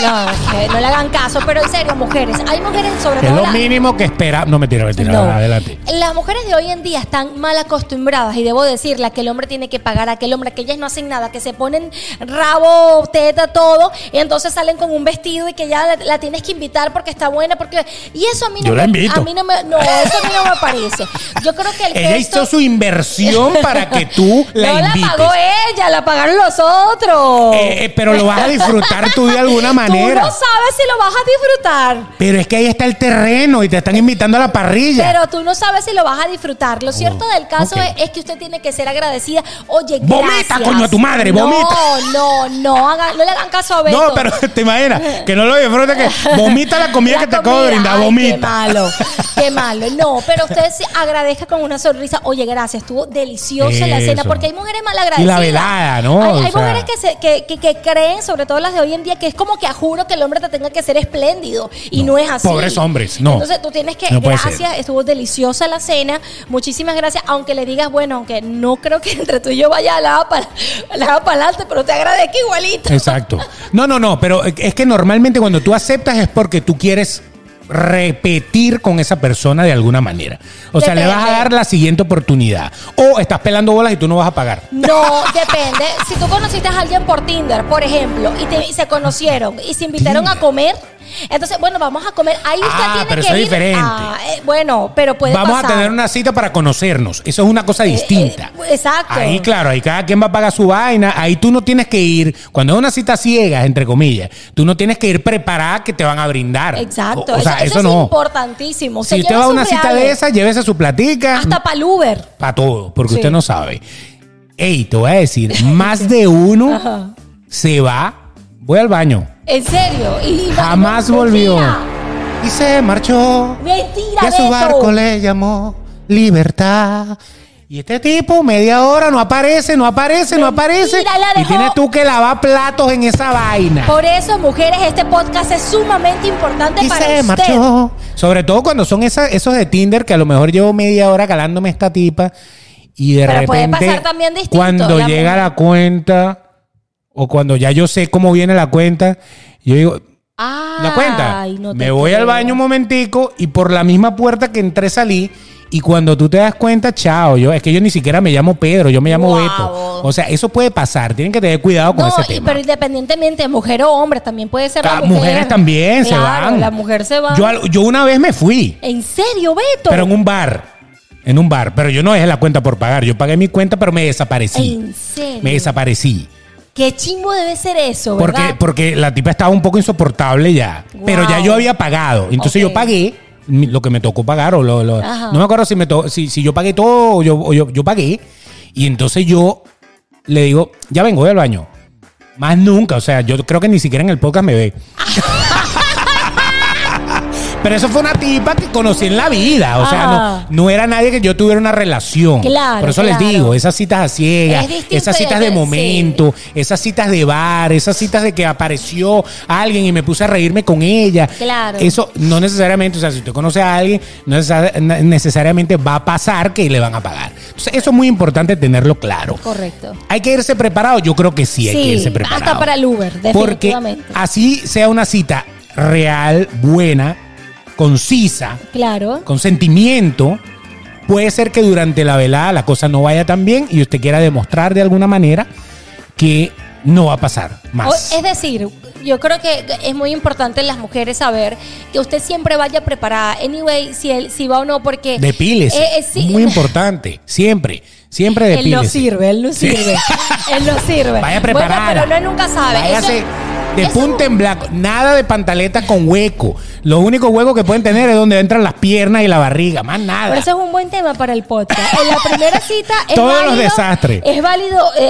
S2: No, que no le hagan caso. Pero en serio, mujeres, hay mujeres sobre
S1: Es
S2: todo
S1: lo
S2: las-
S1: mínimo que espera. No, mentira, mentira.
S2: No.
S1: Adelante.
S2: Las mujeres de hoy en día están mal acostumbradas y debo decirle a que el hombre tiene que pagar, a que el hombre, que ellas no hacen nada, que se ponen rabo, teta, todo, y entonces salen con un vestido y que ya la, la tienes que invitar porque está buena, porque y eso a mí no
S1: Yo
S2: me,
S1: la invito.
S2: a mí no me, no, eso a mí no me parece. Yo creo que el
S1: Ella
S2: gesto-
S1: hizo su inversión para que tú la
S2: no
S1: invites.
S2: la pagó ella, la pagaron los otros.
S1: Eh, eh, pero lo vas a disfrutar tú de alguna manera.
S2: Tú no sabes si lo vas a disfrutar.
S1: Pero es que ahí está el terreno y te están invitando a la parrilla.
S2: Pero tú no sabes si lo vas a disfrutar. Lo cierto del caso
S1: Oh, ok.
S2: es, es que usted tiene que ser agradecida. Oye,
S1: Vomita,
S2: gracias.
S1: coño, a tu madre,
S2: no,
S1: vomita.
S2: No, no, haga- no le hagan caso a Beto.
S1: no, pero te imaginas que no lo disfrutes, que vomita la comida
S2: La
S1: que te acabo de brindar,
S2: comida, ay,
S1: vomita.
S2: Qué malo, qué malo. No, pero usted se agradezca con una sonrisa. Oye, gracias, estuvo deliciosa la cena,
S1: Eso.
S2: porque hay mujeres mal agradecidas.
S1: Y la velada, ¿no?
S2: Hay,
S1: O
S2: hay
S1: sea.
S2: mujeres que, se- que, que- que creen, sobre todo las de hoy en día, que es como que a juro que el hombre te tenga que ser espléndido. Y no,
S1: No,
S2: es así.
S1: pobres hombres, no.
S2: Entonces tú tienes que,
S1: No puede ser.
S2: gracias, estuvo deliciosa la cena, muchísimas gracias, aunque le digas, bueno, aunque no creo que entre tú y yo vaya a la para adelante, pero te agradezco igualito.
S1: Exacto. No, no, no, pero es que normalmente cuando tú aceptas es porque tú quieres repetir con esa persona de alguna manera. O sea, le vas a
S2: Depende.
S1: dar la siguiente oportunidad. O estás pelando bolas y tú no vas a pagar.
S2: No, depende. Si tú conociste a alguien por Tinder, por ejemplo, y, te- y se conocieron y se invitaron a comer, entonces, bueno, vamos a comer. Ahí usted
S1: Ah,
S2: tiene
S1: pero
S2: que
S1: eso es
S2: ir.
S1: diferente.
S2: Ah, eh, bueno, pero puede
S1: Vamos
S2: pasar.
S1: a tener una cita para conocernos. Eso es una cosa distinta.
S2: eh, exacto.
S1: Ahí, claro, ahí cada quien va a pagar su vaina. Ahí tú no tienes que ir, cuando es una cita ciega, entre comillas, tú no tienes que ir preparada que te van a brindar.
S2: Exacto.
S1: O, o sea, eso,
S2: es
S1: no.
S2: importantísimo.
S1: si usted va a una cita de
S2: esa
S1: esa, llévese su platica.
S2: Hasta para el Uber.
S1: para todo, porque
S2: Sí.
S1: usted no sabe. Ey, te voy a decir, más de uno
S2: Ajá.
S1: se va, voy al baño.
S2: En serio. Y, y-
S1: Jamás
S2: no,
S1: volvió.
S2: mentira.
S1: y se marchó.
S2: Mentira,
S1: Y a su
S2: Beto.
S1: barco le llamó Libertad. Y este tipo, media hora, no aparece, no aparece, no aparece.
S2: Mentira, la
S1: Y
S2: dejó.
S1: tienes tú que lavar platos en esa vaina.
S2: Por eso, mujeres, este podcast es sumamente importante
S1: Y
S2: para
S1: se
S2: usted.
S1: marchó. Sobre todo cuando son esa- esos de Tinder que a lo mejor llevo media hora calándome esta tipa y de
S2: Pero puede
S1: repente
S2: pasar también distinto,
S1: cuando
S2: la
S1: llega
S2: mujer.
S1: la cuenta o cuando ya yo sé cómo viene la cuenta, yo digo, la cuenta.
S2: Ay, no te
S1: me voy
S2: creo.
S1: al baño un momentico y por la misma puerta que entré salí. Y cuando tú te das cuenta, chao, yo es que yo ni siquiera me llamo Pedro, yo me llamo
S2: Guau.
S1: Beto. O sea, eso puede pasar. Tienen que tener cuidado con
S2: No,
S1: ese
S2: y-
S1: tema.
S2: pero independientemente, mujer o hombre, también puede ser la
S1: Ca-
S2: mujer.
S1: mujeres también se
S2: Claro,
S1: van.
S2: la mujer se va.
S1: Yo, al- yo una vez me fui,
S2: ¿En serio, Beto?
S1: pero en un bar. En un bar. Pero yo no dejé la cuenta por pagar. Yo pagué mi cuenta, pero me desaparecí.
S2: ¿En serio?
S1: Me desaparecí.
S2: Qué chingo debe ser eso, ¿verdad?
S1: Porque, porque la tipa estaba un poco insoportable ya.
S2: Wow.
S1: Pero ya yo había pagado. Entonces
S2: Ok.
S1: yo pagué mi- lo que me tocó pagar. o lo, lo-
S2: Ajá.
S1: No me acuerdo si, me to- si, si yo pagué todo o yo, o yo, yo pagué. Y entonces yo le digo, ya vengo, voy al baño. Más nunca. O sea, yo creo que ni siquiera en el podcast me ve. Pero eso fue una tipa que conocí en la vida. O sea,
S2: Ajá.
S1: no, no era nadie que yo tuviera una relación.
S2: Claro,
S1: Por eso
S2: claro.
S1: les digo, esas citas a ciegas,
S2: Es distinto
S1: esas
S2: y
S1: citas
S2: es-
S1: de
S2: sí.
S1: momento, esas citas de bar, esas citas de que apareció alguien y me puse a reírme con ella.
S2: Claro.
S1: Eso no necesariamente, o sea, si usted conoce a alguien, no necesar- ne- necesariamente va a pasar que le van a pagar. Entonces, eso es muy importante tenerlo claro.
S2: Correcto.
S1: ¿Hay que irse preparado? Yo creo que sí hay que
S2: Sí,
S1: irse preparado.
S2: hasta para el Uber,
S1: Porque
S2: definitivamente.
S1: así sea una cita real, buena, concisa,
S2: Claro.
S1: con sentimiento, puede ser que durante la velada la cosa no vaya tan bien y usted quiera demostrar de alguna manera que no va a pasar
S2: O-
S1: más.
S2: Oh, es decir, yo creo que es muy importante en las mujeres saber que usted siempre vaya preparada. Anyway, si, él, si va o no, porque.
S1: Depílese.
S2: Eh, eh, sí.
S1: Muy importante. Siempre. Siempre
S2: Él no
S1: depílese.
S2: sirve, él no
S1: Sí.
S2: sirve. él no sirve.
S1: Vaya
S2: Bueno,
S1: preparada.
S2: pero uno nunca sabe.
S1: Váyase
S2: Eso-
S1: de
S2: eso-
S1: punta en blanco. Nada de pantaletas con hueco. Los únicos huecos que pueden tener es donde entran las piernas y la barriga. Más nada.
S2: Por eso es un buen tema para el podcast. En la primera cita es
S1: Todos los
S2: válido,
S1: desastres.
S2: Es válido eh,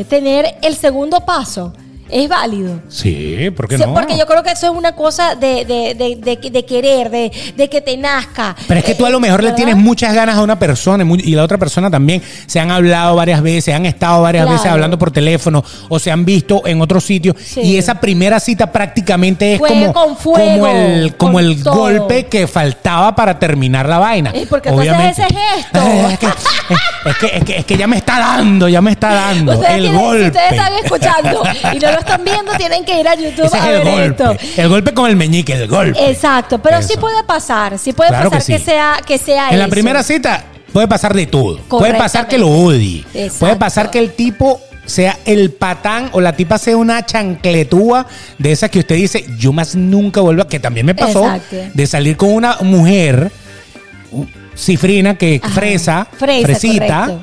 S2: eh, tener el segundo paso. Es válido.
S1: Sí, ¿por qué
S2: Sí,
S1: no?
S2: Porque yo creo que eso es una cosa de, de, de, de- de querer, de, de que te nazca.
S1: Pero es que tú a lo
S2: Eh,
S1: mejor le
S2: ¿verdad?
S1: tienes muchas ganas a una persona y mu- y la otra persona también. Se han hablado varias veces, han estado varias
S2: Claro.
S1: veces hablando por teléfono o se han visto en otros sitios.
S2: Sí.
S1: Y esa primera cita prácticamente es
S2: Fue
S1: como,
S2: con fuego,
S1: como el, como
S2: con
S1: el
S2: todo.
S1: golpe que faltaba para terminar la vaina.
S2: ¿Y por qué tú haces ese gesto?
S1: Ay, es, que, es, que, es que- es que ya me está dando, ya me está dando
S2: Ustedes
S1: el
S2: tienen-
S1: golpe.
S2: Si ustedes están escuchando y no lo están viendo, tienen que ir a YouTube
S1: ese es
S2: a
S1: el
S2: ver
S1: golpe.
S2: esto.
S1: El golpe con el meñique, el golpe.
S2: Exacto, pero sí
S1: Eso.
S2: puede pasar, sí puede
S1: Claro
S2: pasar
S1: que
S2: que,
S1: sí.
S2: sea que sea
S1: En la
S2: eso.
S1: primera cita puede pasar de todo. Puede
S2: Correctamente.
S1: pasar que lo odie.
S2: Exacto.
S1: Puede pasar que el tipo sea el patán o la tipa sea una chancletúa de esas que usted dice, yo más nunca vuelvo a... Que también me pasó
S2: Exacto.
S1: de salir con una mujer u- cifrina que
S2: Ajá.
S1: fresa,
S2: Fresa,
S1: fresita,
S2: correcto.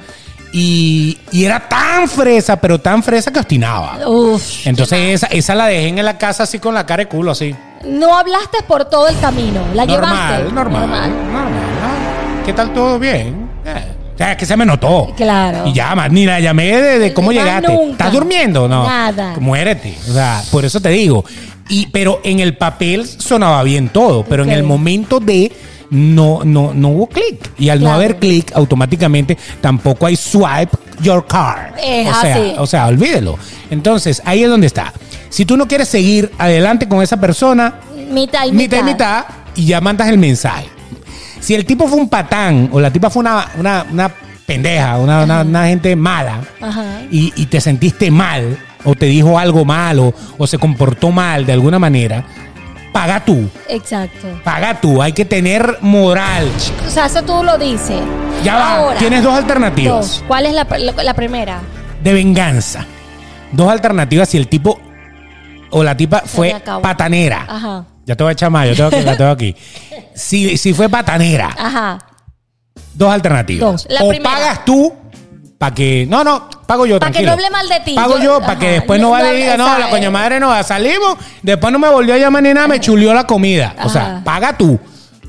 S1: y, y era tan fresa, pero tan fresa que obstinaba.
S2: Uf,
S1: Entonces esa, esa la dejé en la casa así con la cara de culo, así.
S2: no hablaste por todo el camino, la llevaste.
S1: Normal, normal, normal. Ah, ¿Qué tal todo bien? Eh, o sea, es que se me notó.
S2: Claro.
S1: Y llama, ni la llamé de, de cómo
S2: Más
S1: llegaste.
S2: nunca.
S1: ¿Estás durmiendo? No.
S2: Nada.
S1: Muérete. O sea, por eso te digo. Y, pero en el papel sonaba bien todo, pero
S2: Ok.
S1: en el momento de no, no, no hubo clic. Y al
S2: Claro.
S1: no haber clic, automáticamente tampoco hay swipe your card.
S2: Es
S1: o sea,
S2: así.
S1: o sea, olvídelo. Entonces, ahí es donde está. Si tú no quieres seguir adelante con esa persona,
S2: Mitad y
S1: mitad
S2: mitad.
S1: y mitad y ya mandas el mensaje. Si el tipo fue un patán o la tipa fue una, una, una pendeja, una, una- una gente mala
S2: Ajá.
S1: y, y te sentiste mal o te dijo algo malo o se comportó mal de alguna manera, paga tú,
S2: Exacto.
S1: paga tú. Hay que tener moral. chico.
S2: O sea, eso tú lo dices.
S1: Ya va,
S2: Ahora,
S1: tienes dos alternativas
S2: dos. ¿Cuál es la, la- la primera?
S1: de venganza. Dos alternativas si el tipo o la tipa
S2: me
S1: fue
S2: acabó. Ah.
S1: patanera.
S2: Ajá.
S1: Ya te voy a echar más, yo tengo aquí, la tengo aquí. Si, si fue patanera.
S2: Ajá.
S1: Dos alternativas.
S2: Dos. La
S1: o
S2: primera.
S1: pagas tú para que. No, no, pago yo.
S2: Pa' que
S1: tranquilo.
S2: no hable mal de ti.
S1: Pago
S2: Yo-
S1: yo, para
S2: ajá,
S1: que después no
S2: no-
S1: vale
S2: no,
S1: y diga, no,
S2: esa-
S1: la coño madre no, salimos, después no me volvió a llamar ni nada, me chulió la comida. O sea,
S2: Ajá.
S1: paga tú.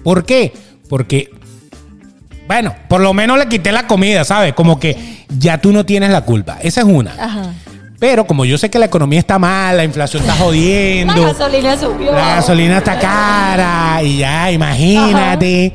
S1: ¿Por qué? Porque. Bueno,
S2: Ah.
S1: por lo menos le quité la comida, ¿sabes? Como que ya tú no tienes la culpa. Esa es una.
S2: Ajá.
S1: Pero como yo sé que la economía está mal, la inflación está
S2: La
S1: jodiendo,
S2: gasolina subió.
S1: la gasolina está cara y ya, imagínate.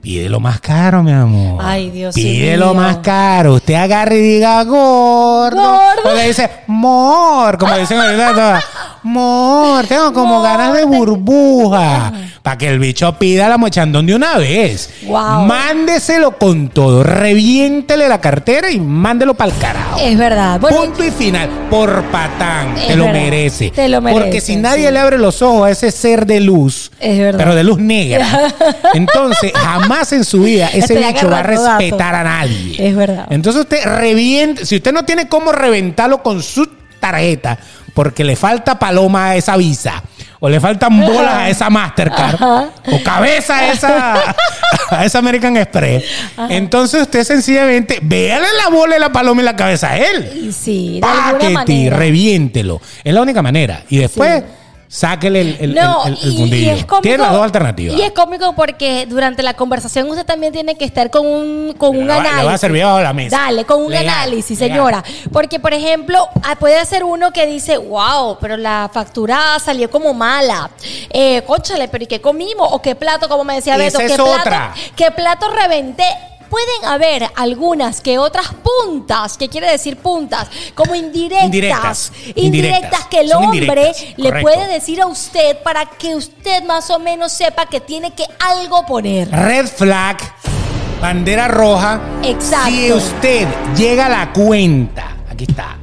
S1: Pide lo más caro, mi amor.
S2: Ay, Dios
S1: Pide
S2: mío.
S1: lo más caro. Usted agarre y diga gordo.
S2: Gordo.
S1: O le dice mor, como dicen ahorita todas. Mor, tengo como
S2: Mor,
S1: ganas de
S2: tengo-
S1: burbuja. Para que el bicho pida la mochandón de una vez.
S2: Guau.
S1: Mándeselo con todo. Reviéntele la cartera y mándelo para el carajo.
S2: Es verdad. Bueno,
S1: Punto y final. Por patán.
S2: Es
S1: te lo
S2: verdad.
S1: merece.
S2: Te lo merece,
S1: Porque si nadie
S2: sí.
S1: le abre los ojos a ese ser de luz,
S2: Es verdad.
S1: pero de luz negra, entonces jamás en su vida ese
S2: Estoy
S1: bicho va a
S2: agarrando datos.
S1: respetar a nadie.
S2: Es verdad.
S1: Entonces usted revienta. Si usted no tiene cómo reventarlo con su tarjeta, porque le falta paloma a esa visa. O le faltan bolas a esa Mastercard. O cabeza a esa, a esa American Express. Entonces usted sencillamente, véale la bola y la paloma y la cabeza a él.
S2: sí, de alguna
S1: Paquete,
S2: manera.
S1: reviéntelo. Es la única manera. Y después, sáquele el, el,
S2: No,
S1: el- el- el
S2: y-
S1: fundillo.
S2: y es cómico-
S1: Tiene las dos alternativas.
S2: Y es cómico porque durante la conversación usted también tiene que estar con un, con un
S1: Le va- le va a
S2: análisis.
S1: servir bajo la mesa.
S2: Dale, con un
S1: Legal,
S2: análisis,
S1: legal.
S2: señora. Porque, por ejemplo, ah, puede ser uno que dice, wow, pero la factura salió como mala. Eh, cónchale, pero ¿y qué comimos? ¿O qué plato? Como me decía
S1: Esa
S2: Beto, ¿qué
S1: es
S2: plato?
S1: otra.
S2: ¿Qué plato reventé? Pueden haber algunas que otras puntas, que quiere decir puntas, como indirectas,
S1: Indirectas,
S2: indirectas,
S1: indirectas,
S2: que el
S1: son
S2: hombre
S1: indirectas,
S2: le
S1: correcto.
S2: puede decir a usted para que usted más o menos sepa que tiene que algo poner.
S1: Red flag, bandera roja.
S2: Exacto.
S1: Si usted llega a la cuenta, aquí está.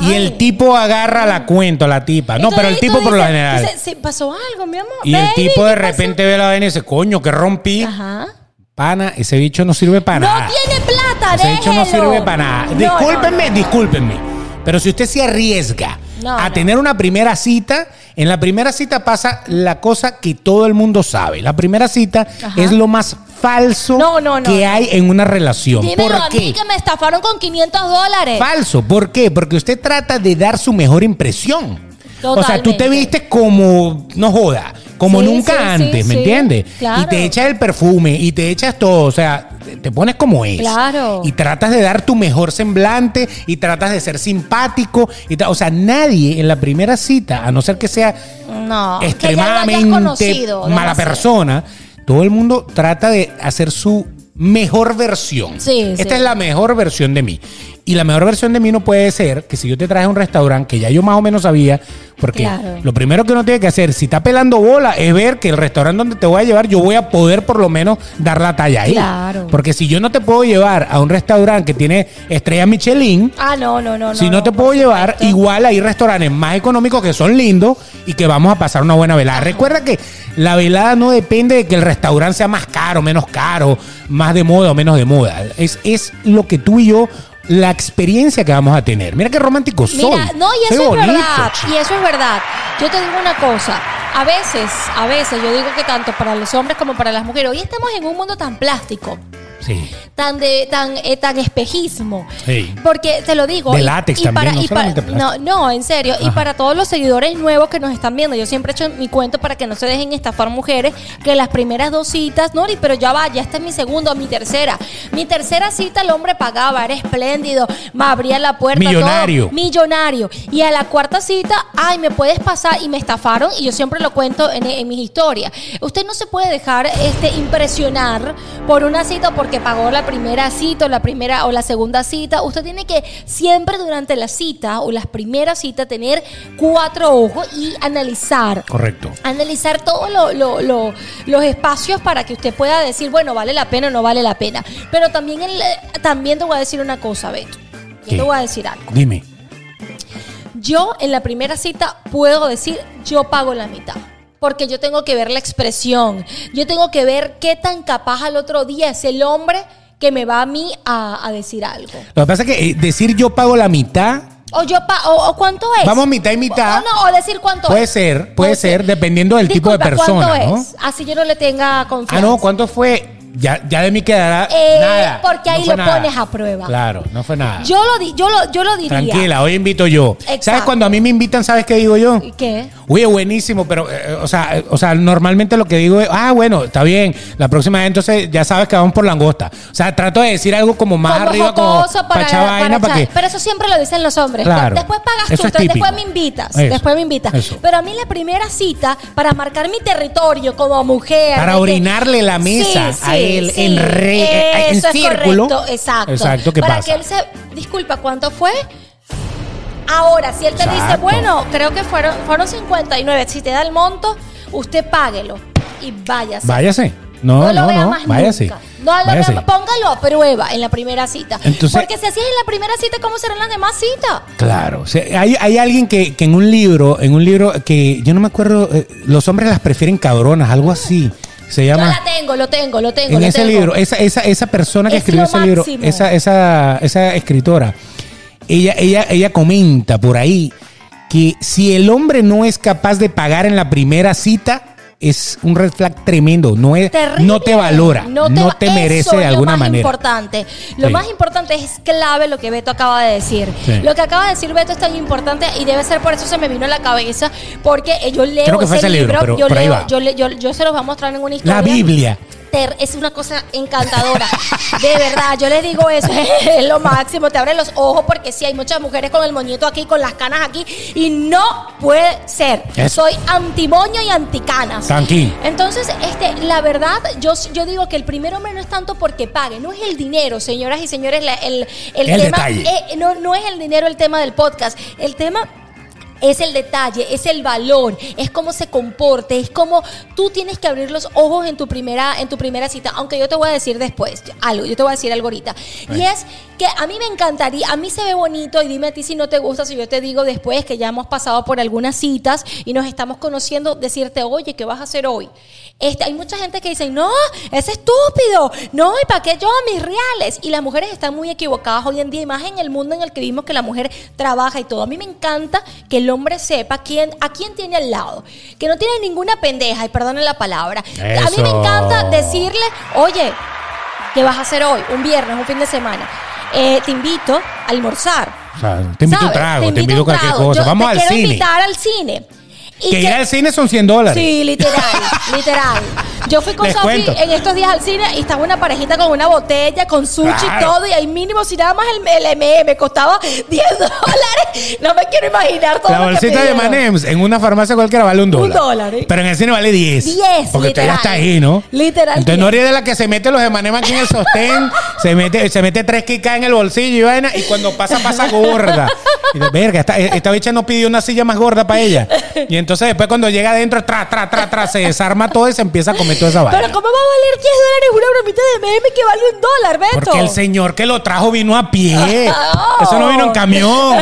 S1: Y
S2: Ay.
S1: el tipo agarra la cuenta, la tipa. Ah, No,
S2: Entonces,
S1: pero el
S2: ahí
S1: tipo
S2: tú
S1: por lo
S2: dices-
S1: general.
S2: dices, "Sí, pasó algo, mi amor.
S1: y el
S2: Baby,
S1: tipo de
S2: ¿qué pasó?".
S1: repente ve la vaina y dice, coño, que rompí.
S2: Ajá.
S1: Pana, ese bicho no sirve para
S2: No
S1: nada.
S2: tiene plata,
S1: Ese hecho no
S2: déjelo.
S1: sirve para nada.
S2: No,
S1: discúlpenme,
S2: no, no.
S1: discúlpenme. Pero si usted se arriesga
S2: No,
S1: a
S2: no.
S1: tener una primera cita, en la primera cita pasa la cosa que todo el mundo sabe. La primera cita
S2: Ajá.
S1: es lo más falso
S2: No, no, no,
S1: que
S2: no.
S1: hay en una relación.
S2: Dímelo
S1: ¿Por
S2: a
S1: qué?
S2: mí que me estafaron con 500 dólares.
S1: Falso. ¿Por qué? Porque usted trata de dar su mejor impresión. O sea, tú te
S2: Totalmente.
S1: viste como, no joda, como
S2: Sí,
S1: nunca
S2: sí, sí,
S1: antes, ¿me
S2: sí.
S1: entiendes?
S2: Claro.
S1: Y te echas el perfume y te echas todo, o sea, te- te pones como es.
S2: Claro.
S1: Y tratas de dar tu mejor semblante y tratas de ser simpático. Y ta- o sea, nadie en la primera cita, a no ser que sea
S2: No, que ya lo hayas
S1: extremadamente
S2: conocido,
S1: mala
S2: demasiado.
S1: persona, todo el mundo trata de hacer su mejor versión.
S2: Sí,
S1: Esta
S2: sí.
S1: es la mejor versión de mí. Y la mejor versión de mí no puede ser que si yo te traje a un restaurante que ya yo más o menos sabía, porque
S2: Claro.
S1: lo primero que uno tiene que hacer, si está pelando bola, es ver que el restaurante donde te voy a llevar, yo voy a poder por lo menos dar la talla ahí.
S2: Claro.
S1: Porque si yo no te puedo llevar a un restaurante que tiene estrella Michelin,
S2: Ah, no, no, no.
S1: si no, te
S2: por
S1: puedo llevar,
S2: supuesto.
S1: igual hay restaurantes más económicos que son lindos y que vamos a pasar una buena velada. Recuerda que la velada no depende de que el restaurante sea más caro, menos caro, más de moda o menos de moda. Es, es lo que tú y yo, la experiencia que vamos a tener. Mira qué romántico soy.
S2: Mira, no, y
S1: Soy
S2: eso es
S1: bonito,
S2: verdad.
S1: chico.
S2: Y eso es verdad. Yo te digo una cosa. A veces, a veces, yo digo que tanto para los hombres como para las mujeres, hoy estamos en un mundo tan plástico,
S1: Sí.
S2: tan de, tan, eh, tan espejismo.
S1: Sí.
S2: Porque te lo digo.
S1: De
S2: y-
S1: látex
S2: y
S1: también,
S2: para-
S1: no
S2: y para-
S1: solamente plástico.
S2: no, no, en serio. Y para todos los seguidores nuevos que nos están viendo, yo siempre he hecho mi cuento para que no se dejen estafar mujeres, que las primeras dos citas, Nori, pero ya va, ya esta es mi segunda, mi tercera. Mi tercera cita el hombre pagaba, era espléndido, me abría la puerta. todo,
S1: Millonario.
S2: millonario. Y a la cuarta cita, ay, me puedes pasar y me estafaron y yo siempre lo cuento en, en mis historias. Usted no se puede dejar este impresionar por una cita porque pagó la primera cita o la primera o la segunda cita. Usted tiene que siempre durante la cita o las primeras citas tener cuatro ojos y analizar
S1: Correcto.
S2: analizar todos lo- lo- lo- los espacios para que usted pueda decir, bueno, vale la pena o no vale la pena. Pero también, el- también te voy a decir una cosa, Beto. Yo
S1: ¿Qué?
S2: te voy a decir algo.
S1: Dime.
S2: Yo en la primera cita puedo decir, yo pago la mitad. Porque yo tengo que ver la expresión. Yo tengo que ver qué tan capaz al otro día es el hombre que me va a mí a, a decir algo.
S1: Lo que pasa es que eh, decir yo pago la mitad
S2: O yo pa- o, o cuánto es.
S1: Vamos mitad y mitad.
S2: O, no, o decir cuánto
S1: puede
S2: es.
S1: ser, puede
S2: No sé.
S1: ser, dependiendo del tipo de
S2: Disculpa,
S1: persona,
S2: ¿cuánto
S1: ¿no?
S2: es? Así yo no le tenga
S1: Ah,
S2: confianza.
S1: no, ¿cuánto fue? Ya, ya de mí quedará
S2: Eh,
S1: nada.
S2: porque ahí
S1: No fue
S2: lo
S1: nada.
S2: pones a prueba.
S1: Claro, no fue nada.
S2: Yo lo, di- yo lo, yo lo diría.
S1: Tranquila, hoy invito yo. ¿Sabes
S2: Exacto.
S1: cuando a mí me invitan, sabes qué digo yo?
S2: ¿Y ¿Qué?
S1: Oye, buenísimo, pero, eh, o, sea, eh, o sea, normalmente lo que digo es, ah, bueno, está bien, la próxima vez entonces ya sabes que vamos por langosta. O sea, trato de decir algo como más
S2: Como
S1: arriba, como
S2: jocoso para,
S1: pachá vaina,
S2: para
S1: para
S2: echar-
S1: que...
S2: Pero eso siempre lo dicen los hombres.
S1: Claro.
S2: Después pagas
S1: Eso
S2: tú,
S1: es
S2: entonces
S1: típico.
S2: después me invitas.
S1: Eso.
S2: Después me invitas.
S1: Eso.
S2: Pero a mí la primera cita, para marcar mi territorio como mujer.
S1: Para
S2: de que-
S1: orinarle la mesa a él en re- en
S2: Eso es
S1: círculo.
S2: correcto, exacto.
S1: Exacto, ¿qué
S2: para
S1: pasa?
S2: que él se. Disculpa, ¿cuánto fue? Ahora, si él te dice,
S1: Exacto.
S2: bueno, creo que fueron, fueron 59, si te da el monto, usted páguelo y váyase.
S1: Váyase. No, no,
S2: lo
S1: no,
S2: vea más
S1: váyase.
S2: nunca. No lo vea
S1: Váyase.
S2: más- póngalo a prueba en la primera cita.
S1: Entonces-
S2: Porque si así es en la primera cita, ¿cómo serán las demás citas?
S1: Claro, o sea, hay, hay alguien que, que en un libro, en un libro que yo no me acuerdo, eh, los hombres las prefieren cabronas, algo así. Se
S2: Yo
S1: llama...
S2: la tengo, lo tengo, lo tengo.
S1: en
S2: lo
S1: ese
S2: tengo.
S1: libro, eh, esa, esa, esa persona que
S2: Es
S1: escribió
S2: lo
S1: ese libro,
S2: máximo.
S1: esa, esa, esa escritora, ella, ella, ella comenta por ahí que si el hombre no es capaz de pagar en la primera cita, es un red flag tremendo. No, es,
S2: Terrible.
S1: no te valora, no te,
S2: va-
S1: merece
S2: Eso
S1: de
S2: es
S1: alguna
S2: lo más
S1: manera.
S2: Importante. Lo
S1: Sí.
S2: más importante es clave lo que Beto acaba de decir.
S1: Sí.
S2: Lo que acaba de decir Beto es tan importante y debe ser por eso se me vino a la cabeza, porque eh, yo leo
S1: Creo que fue
S2: ese
S1: ese libro, pero
S2: yo,
S1: por ahí
S2: leo-
S1: va.
S2: yo, le- yo- yo se los voy a mostrar en una historia.
S1: La Biblia.
S2: Ter- es una cosa encantadora. De verdad, yo les digo eso, es lo máximo. Te abren los ojos porque sí, hay muchas mujeres con el moñito aquí, con las canas aquí, y no puede ser.
S1: Eso.
S2: Soy antimoño y anticanas.
S1: Tranqui.
S2: Entonces, este, la verdad, yo, yo digo que el primer hombre no es tanto porque pague, no es el dinero, señoras y señores, la- el, el
S1: El
S2: tema
S1: detalle.
S2: eh, no, no es el dinero el tema del podcast, el tema es el detalle, es el valor, es cómo se comporte, es cómo tú tienes que abrir los ojos en tu primera en tu primera cita, aunque yo te voy a decir después algo, yo te voy a decir algo ahorita. Y es que a mí me encantaría, a mí se ve bonito y dime a ti si no te gusta, si yo te digo después que ya hemos pasado por algunas citas y nos estamos conociendo, decirte, "Oye, ¿qué vas a hacer hoy?" Este, hay mucha gente que dice, "No, es estúpido. No, ¿y para qué yo mis reales?" Y las mujeres están muy equivocadas hoy en día, y más en el mundo en el que vivimos que la mujer trabaja y todo. A mí me encanta que el hombre sepa quién, a quién tiene al lado. Que no tiene ninguna pendeja, y perdonen la palabra. A mí me
S1: Eso.
S2: encanta decirle, oye, ¿qué vas a hacer hoy? Un viernes, un fin de semana. Eh, te invito a almorzar.
S1: O sea, te invito un
S2: ¿Sabes?
S1: trago, te,
S2: invito
S1: invito
S2: un
S1: cualquier
S2: trago.
S1: cosa.
S2: Yo
S1: Vamos
S2: te
S1: al
S2: quiero
S1: cine.
S2: invitar al cine. Y
S1: Que, ir al cine son 100 dólares.
S2: Sí, literal, literal. Yo fui con
S1: Les
S2: Sofi
S1: cuento.
S2: en estos días al cine y estaba una parejita con una botella, con sushi y
S1: Claro.
S2: todo, y ahí mínimo si nada más el, el MM me costaba 10 dólares. No me quiero imaginar todo
S1: La
S2: lo que
S1: bolsita de M&M,
S2: pidieron.
S1: Manems en una farmacia cualquiera vale un dólar.
S2: dólar, ¿eh?
S1: Pero en el cine vale 10.
S2: 10,
S1: Porque usted ya
S2: literal.
S1: está ahí, ¿no?
S2: Literal,
S1: Entonces no
S2: 10.
S1: eres de la que se mete los Emanem aquí en el sostén, se mete, se mete tres kikas en el bolsillo y vaina, y cuando pasa, pasa gorda. Y de, verga, esta, esta bicha no pidió una silla más gorda para ella. Y entonces después cuando llega adentro, tra, tra, tra, tra, se desarma todo y se empieza a comer toda esa vaina.
S2: Pero ¿cómo va a valer 10 dólares una bromita de MM que vale un dólar, Beto?
S1: Porque el señor que lo trajo vino a pie.
S2: Ah,
S1: Eso no vino en camión.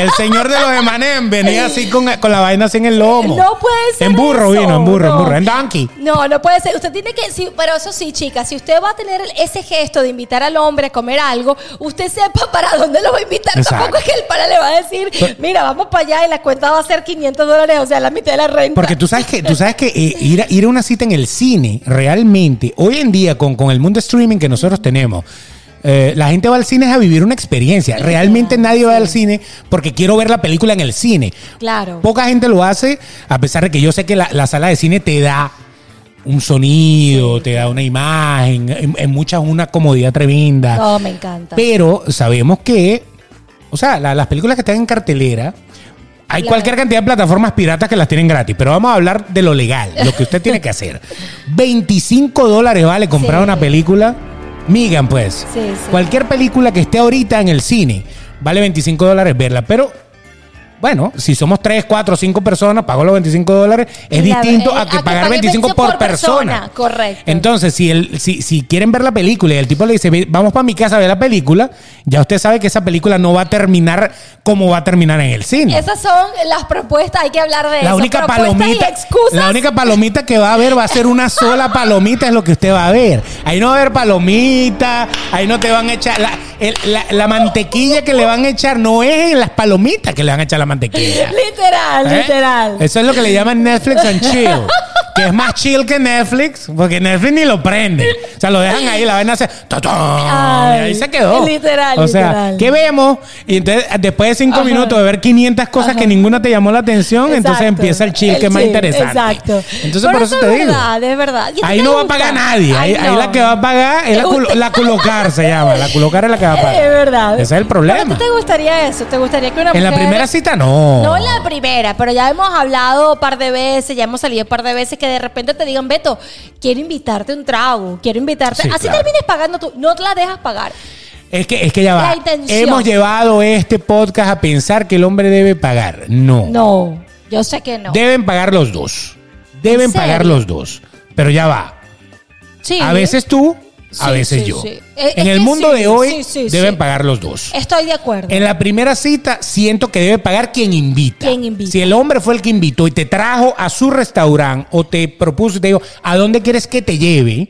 S1: El señor de los Emanem venía así con, con la vaina así en el lomo.
S2: No puede ser.
S1: En burro
S2: eso,
S1: vino, en burro,
S2: no.
S1: en burro. En donkey.
S2: No, no puede ser. Usted tiene que. sí, pero eso sí, chicas, si usted va a tener el- ese gesto de invitar al hombre a comer algo, usted sepa para dónde lo va a invitar.
S1: Exacto.
S2: Tampoco es que el pana le va a decir, mira, vamos para allá y la cuenta va a ser 500 dólares, o sea, la mitad de la renta.
S1: Porque tú sabes que, tú sabes que eh, ir, a, ir a una cita en el cine, realmente, hoy en día, con, con el mundo streaming que nosotros tenemos, eh, la gente va al cine a vivir una experiencia. Realmente nadie va al cine porque quiero ver la película en el cine.
S2: Claro.
S1: Poca gente lo hace, a pesar de que yo sé que la, la sala de cine te da un sonido, te da una imagen, en, en muchas una comodidad tremenda.
S2: No, me encanta.
S1: Pero sabemos que, o sea, la- las películas que están en cartelera, hay
S2: Claro.
S1: cualquier cantidad de plataformas piratas que las tienen gratis, pero vamos a hablar de lo legal, lo que usted tiene que hacer. 25 dólares vale comprar
S2: Sí.
S1: una película. Migan, pues.
S2: Sí, sí.
S1: Cualquier película que esté ahorita en el cine vale 25 dólares verla, pero. Bueno, si somos 3, 4, 5 personas, pago los 25 dólares. Es
S2: La-
S1: distinto
S2: eh,
S1: a que pagar
S2: pague
S1: 25 por, persona.
S2: Correcto.
S1: Entonces, si, el, si, si quieren ver la película y el tipo le dice, "Ve, vamos para mi casa a ver la película, ya usted sabe que esa película no va a terminar como va a terminar en el cine.
S2: Esas son las propuestas, hay que hablar de
S1: la
S2: eso.
S1: única
S2: Propuestas y
S1: palomita,
S2: excusas.
S1: la única palomita que va a haber va a ser una sola palomita, es lo que usted va a ver. Ahí no va a haber palomita, ahí no te van a echar la, el- la- la mantequilla que le van a echar, no es en las palomitas que le van a echar la mantequilla.
S2: Literal,
S1: ¿Eh?
S2: literal.
S1: Eso es lo que le llaman Netflix and chill. que es más chill que Netflix, porque Netflix ni lo prende. O sea, lo dejan ahí, la vaina hace. ¡totón! y ahí
S2: Ay,
S1: se quedó.
S2: literal,
S1: O sea,
S2: literal.
S1: ¿qué vemos? Y entonces, después de cinco
S2: Ajá.
S1: minutos de ver 500 cosas que ninguna te llamó la atención, entonces
S2: Exacto.
S1: empieza el chill que es más
S2: chill,
S1: interesante.
S2: Exacto.
S1: Entonces, por
S2: Pero
S1: eso, te
S2: Es
S1: digo.
S2: verdad, es verdad. ¿Y a ti
S1: Ahí
S2: te
S1: no va a
S2: gusta?
S1: pagar nadie. Ahí,
S2: Ay,
S1: ahí
S2: no.
S1: la que va a pagar es la,
S2: ¿Te
S1: culo-
S2: gusta?
S1: la culocar, se llama. La culocar es la que va a pagar.
S2: Es verdad.
S1: Ese es el
S2: ¿Pero
S1: problema.
S2: a ti te gustaría eso? ¿Te gustaría que una
S1: En la
S2: mujer-
S1: primera cita, no.
S2: No en la primera, pero ya hemos hablado un par de veces, ya hemos salido un par de veces que de repente te digan, Beto, quiero invitarte un trago, quiero invitarte.
S1: Sí,
S2: Así
S1: claro.
S2: termines pagando tú, no te la dejas pagar.
S1: Es que, es que ya
S2: La
S1: va.
S2: intención.
S1: Hemos llevado este podcast a pensar que el hombre debe pagar. No.
S2: No, yo sé que no.
S1: Deben pagar los dos. Deben
S2: ¿En serio?
S1: pagar los dos. Pero ya va.
S2: Sí.
S1: A veces tú, a
S2: Sí,
S1: veces
S2: sí,
S1: yo.
S2: sí. Eh, es
S1: En
S2: que
S1: el mundo
S2: sí,
S1: de hoy
S2: sí, sí,
S1: deben
S2: sí.
S1: pagar los dos.
S2: Estoy de acuerdo.
S1: En la primera cita siento que debe pagar quien invita.
S2: Quien invita.
S1: Si el hombre fue el que invitó y te trajo a su restaurante o te propuso y te dijo, ¿a dónde quieres que te lleve?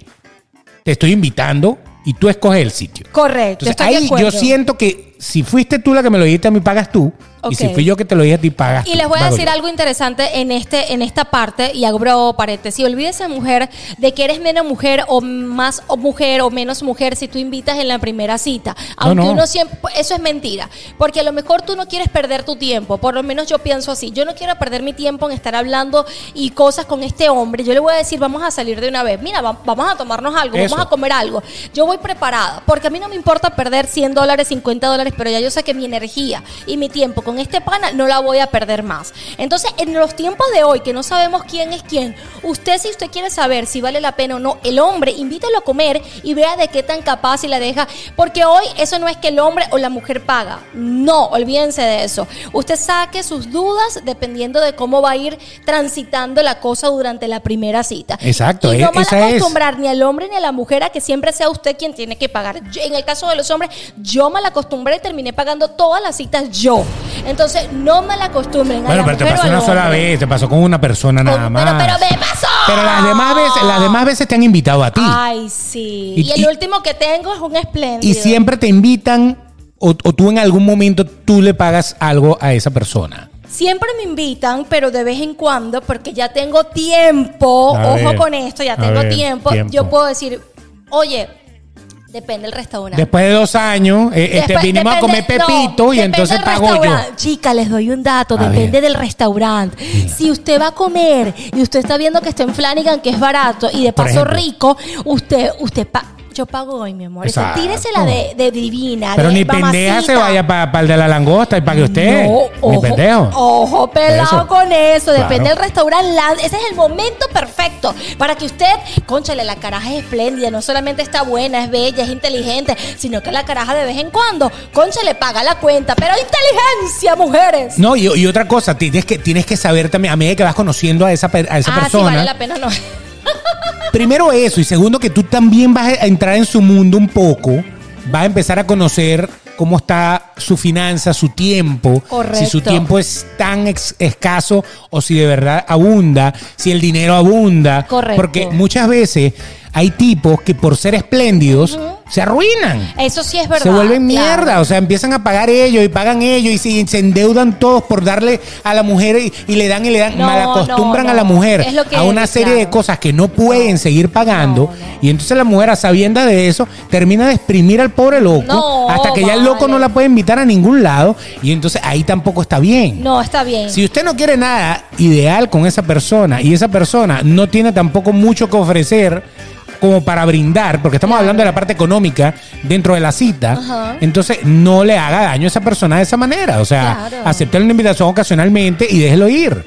S1: Te estoy invitando y tú escoges el sitio.
S2: Correcto.
S1: Entonces
S2: estoy de
S1: ahí
S2: acuerdo.
S1: yo siento que si fuiste tú la que me lo dijiste a mí, pagas tú. Y
S2: Ok.
S1: si fui yo que te lo dije a ti, pagas
S2: Y
S1: tú.
S2: les voy a
S1: Pago
S2: decir
S1: yo.
S2: algo interesante en este en esta parte y abro paréntesis. Olvídese mujer de que eres menos mujer o más o mujer o menos mujer si tú invitas en la primera cita. Aunque
S1: no.
S2: uno siempre eso es mentira, porque a lo mejor tú no quieres perder tu tiempo, por lo menos yo pienso así. Yo no quiero perder mi tiempo en estar hablando y cosas con este hombre. Yo le voy a decir, vamos a salir de una vez. Mira, va- vamos a tomarnos algo,
S1: Eso.
S2: vamos a comer algo. Yo voy preparada, porque a mí no me importa perder 100 dólares, 50 dólares, pero ya yo sé que mi energía y mi tiempo con este pana no la voy a perder más. Entonces, en los tiempos de hoy, que no sabemos quién es quién, usted si usted quiere saber si vale la pena o no, el hombre, invítelo a comer y vea de qué tan capaz y la deja, porque hoy eso no es que el hombre o la mujer paga. No, olvídense de eso. Usted saque sus dudas dependiendo de cómo va a ir transitando la cosa durante la primera cita.
S1: Exacto,
S2: Y
S1: e-
S2: no
S1: esa
S2: mal
S1: es.
S2: acostumbrar acostumbrar ni al hombre ni a la mujer a que siempre sea usted quien tiene que pagar. Yo- en el caso de los hombres, yo me la acostumbré y terminé pagando todas las citas yo. Entonces, no me la acostumbren. a
S1: Bueno,
S2: la
S1: pero te
S2: mujer
S1: pasó
S2: o al
S1: una sola
S2: hombre.
S1: vez, te pasó con una persona
S2: Con-
S1: nada más.
S2: Pero, pero me pasó.
S1: Pero las demás veces, las demás veces te han invitado a ti.
S2: Ay, sí.
S1: Y-
S2: Y, el
S1: y-
S2: último que tengo es un espléndido.
S1: y siempre te invitan o, o tú en algún momento tú le pagas algo a esa persona.
S2: Siempre me invitan, pero de vez en cuando, porque ya tengo tiempo,
S1: A
S2: ojo
S1: ver,
S2: con esto, ya
S1: a
S2: tengo
S1: ver,
S2: tiempo,
S1: tiempo.
S2: yo puedo decir, oye, depende del restaurante.
S1: Después de dos años, eh, este,
S2: Después-
S1: vinimos a comer
S2: depende-
S1: pepito
S2: no,
S1: y
S2: depende
S1: entonces
S2: del
S1: pago yo.
S2: restaurante. Chica, les doy un dato,
S1: A
S2: depende
S1: ver.
S2: del restaurante. Si usted va a comer y usted está viendo que está en Flanagan, que es barato y de
S1: Por
S2: paso
S1: ejemplo.
S2: rico, usted, usted pa- yo pago hoy, mi amor. Eso,
S1: Exacto.
S2: tíresela de, de divina.
S1: Pero
S2: de
S1: ni pendeja se
S2: mamacita.
S1: vaya para el de la langosta y pague usted.
S2: No,
S1: ni
S2: ojo,
S1: pendejo.
S2: Ojo pelado
S1: Eso.
S2: con eso.
S1: Claro.
S2: Depende del restaurante. la- ese es el momento perfecto para que usted, conchale, la caraja es espléndida. No solamente está buena, es bella, es inteligente, sino que la caraja de vez en cuando, conchale, paga la cuenta. Pero inteligencia, mujeres.
S1: No, y, y otra cosa, tienes que, tienes que saber también, a medida que vas conociendo a esa, per- a esa
S2: ah, sí,
S1: persona,
S2: vale la pena, no.
S1: primero eso, y segundo que tú también vas a entrar en su mundo un poco, vas a empezar a conocer cómo está su finanza, su tiempo,
S2: Correcto.
S1: si su tiempo es tan ex- escaso o si de verdad abunda, si el dinero abunda,
S2: Correcto.
S1: porque muchas veces hay tipos que por ser espléndidos se arruinan.
S2: Eso sí es verdad.
S1: Se vuelven
S2: claro.
S1: mierda, o sea, empiezan a pagar ellos y pagan ellos y se, y se endeudan todos por darle a la mujer y, y le dan y le dan,
S2: No,
S1: malacostumbran
S2: no,
S1: a la
S2: no.
S1: mujer
S2: Es lo que
S1: a una
S2: es,
S1: serie de
S2: claro.
S1: cosas que no pueden seguir pagando
S2: No, no.
S1: y entonces la mujer a sabienda de eso termina de exprimir al pobre loco
S2: No,
S1: hasta que ya el loco
S2: vale.
S1: no la puede invitar a ningún lado y entonces ahí tampoco está bien.
S2: No, está bien.
S1: Si usted no quiere nada ideal con esa persona y esa persona no tiene tampoco mucho que ofrecer como para brindar, porque estamos hablando de la parte económica dentro de la cita,
S2: Ajá.
S1: entonces no le haga daño a esa persona de esa manera. O sea,
S2: Claro.
S1: acepte una invitación ocasionalmente y déjelo ir.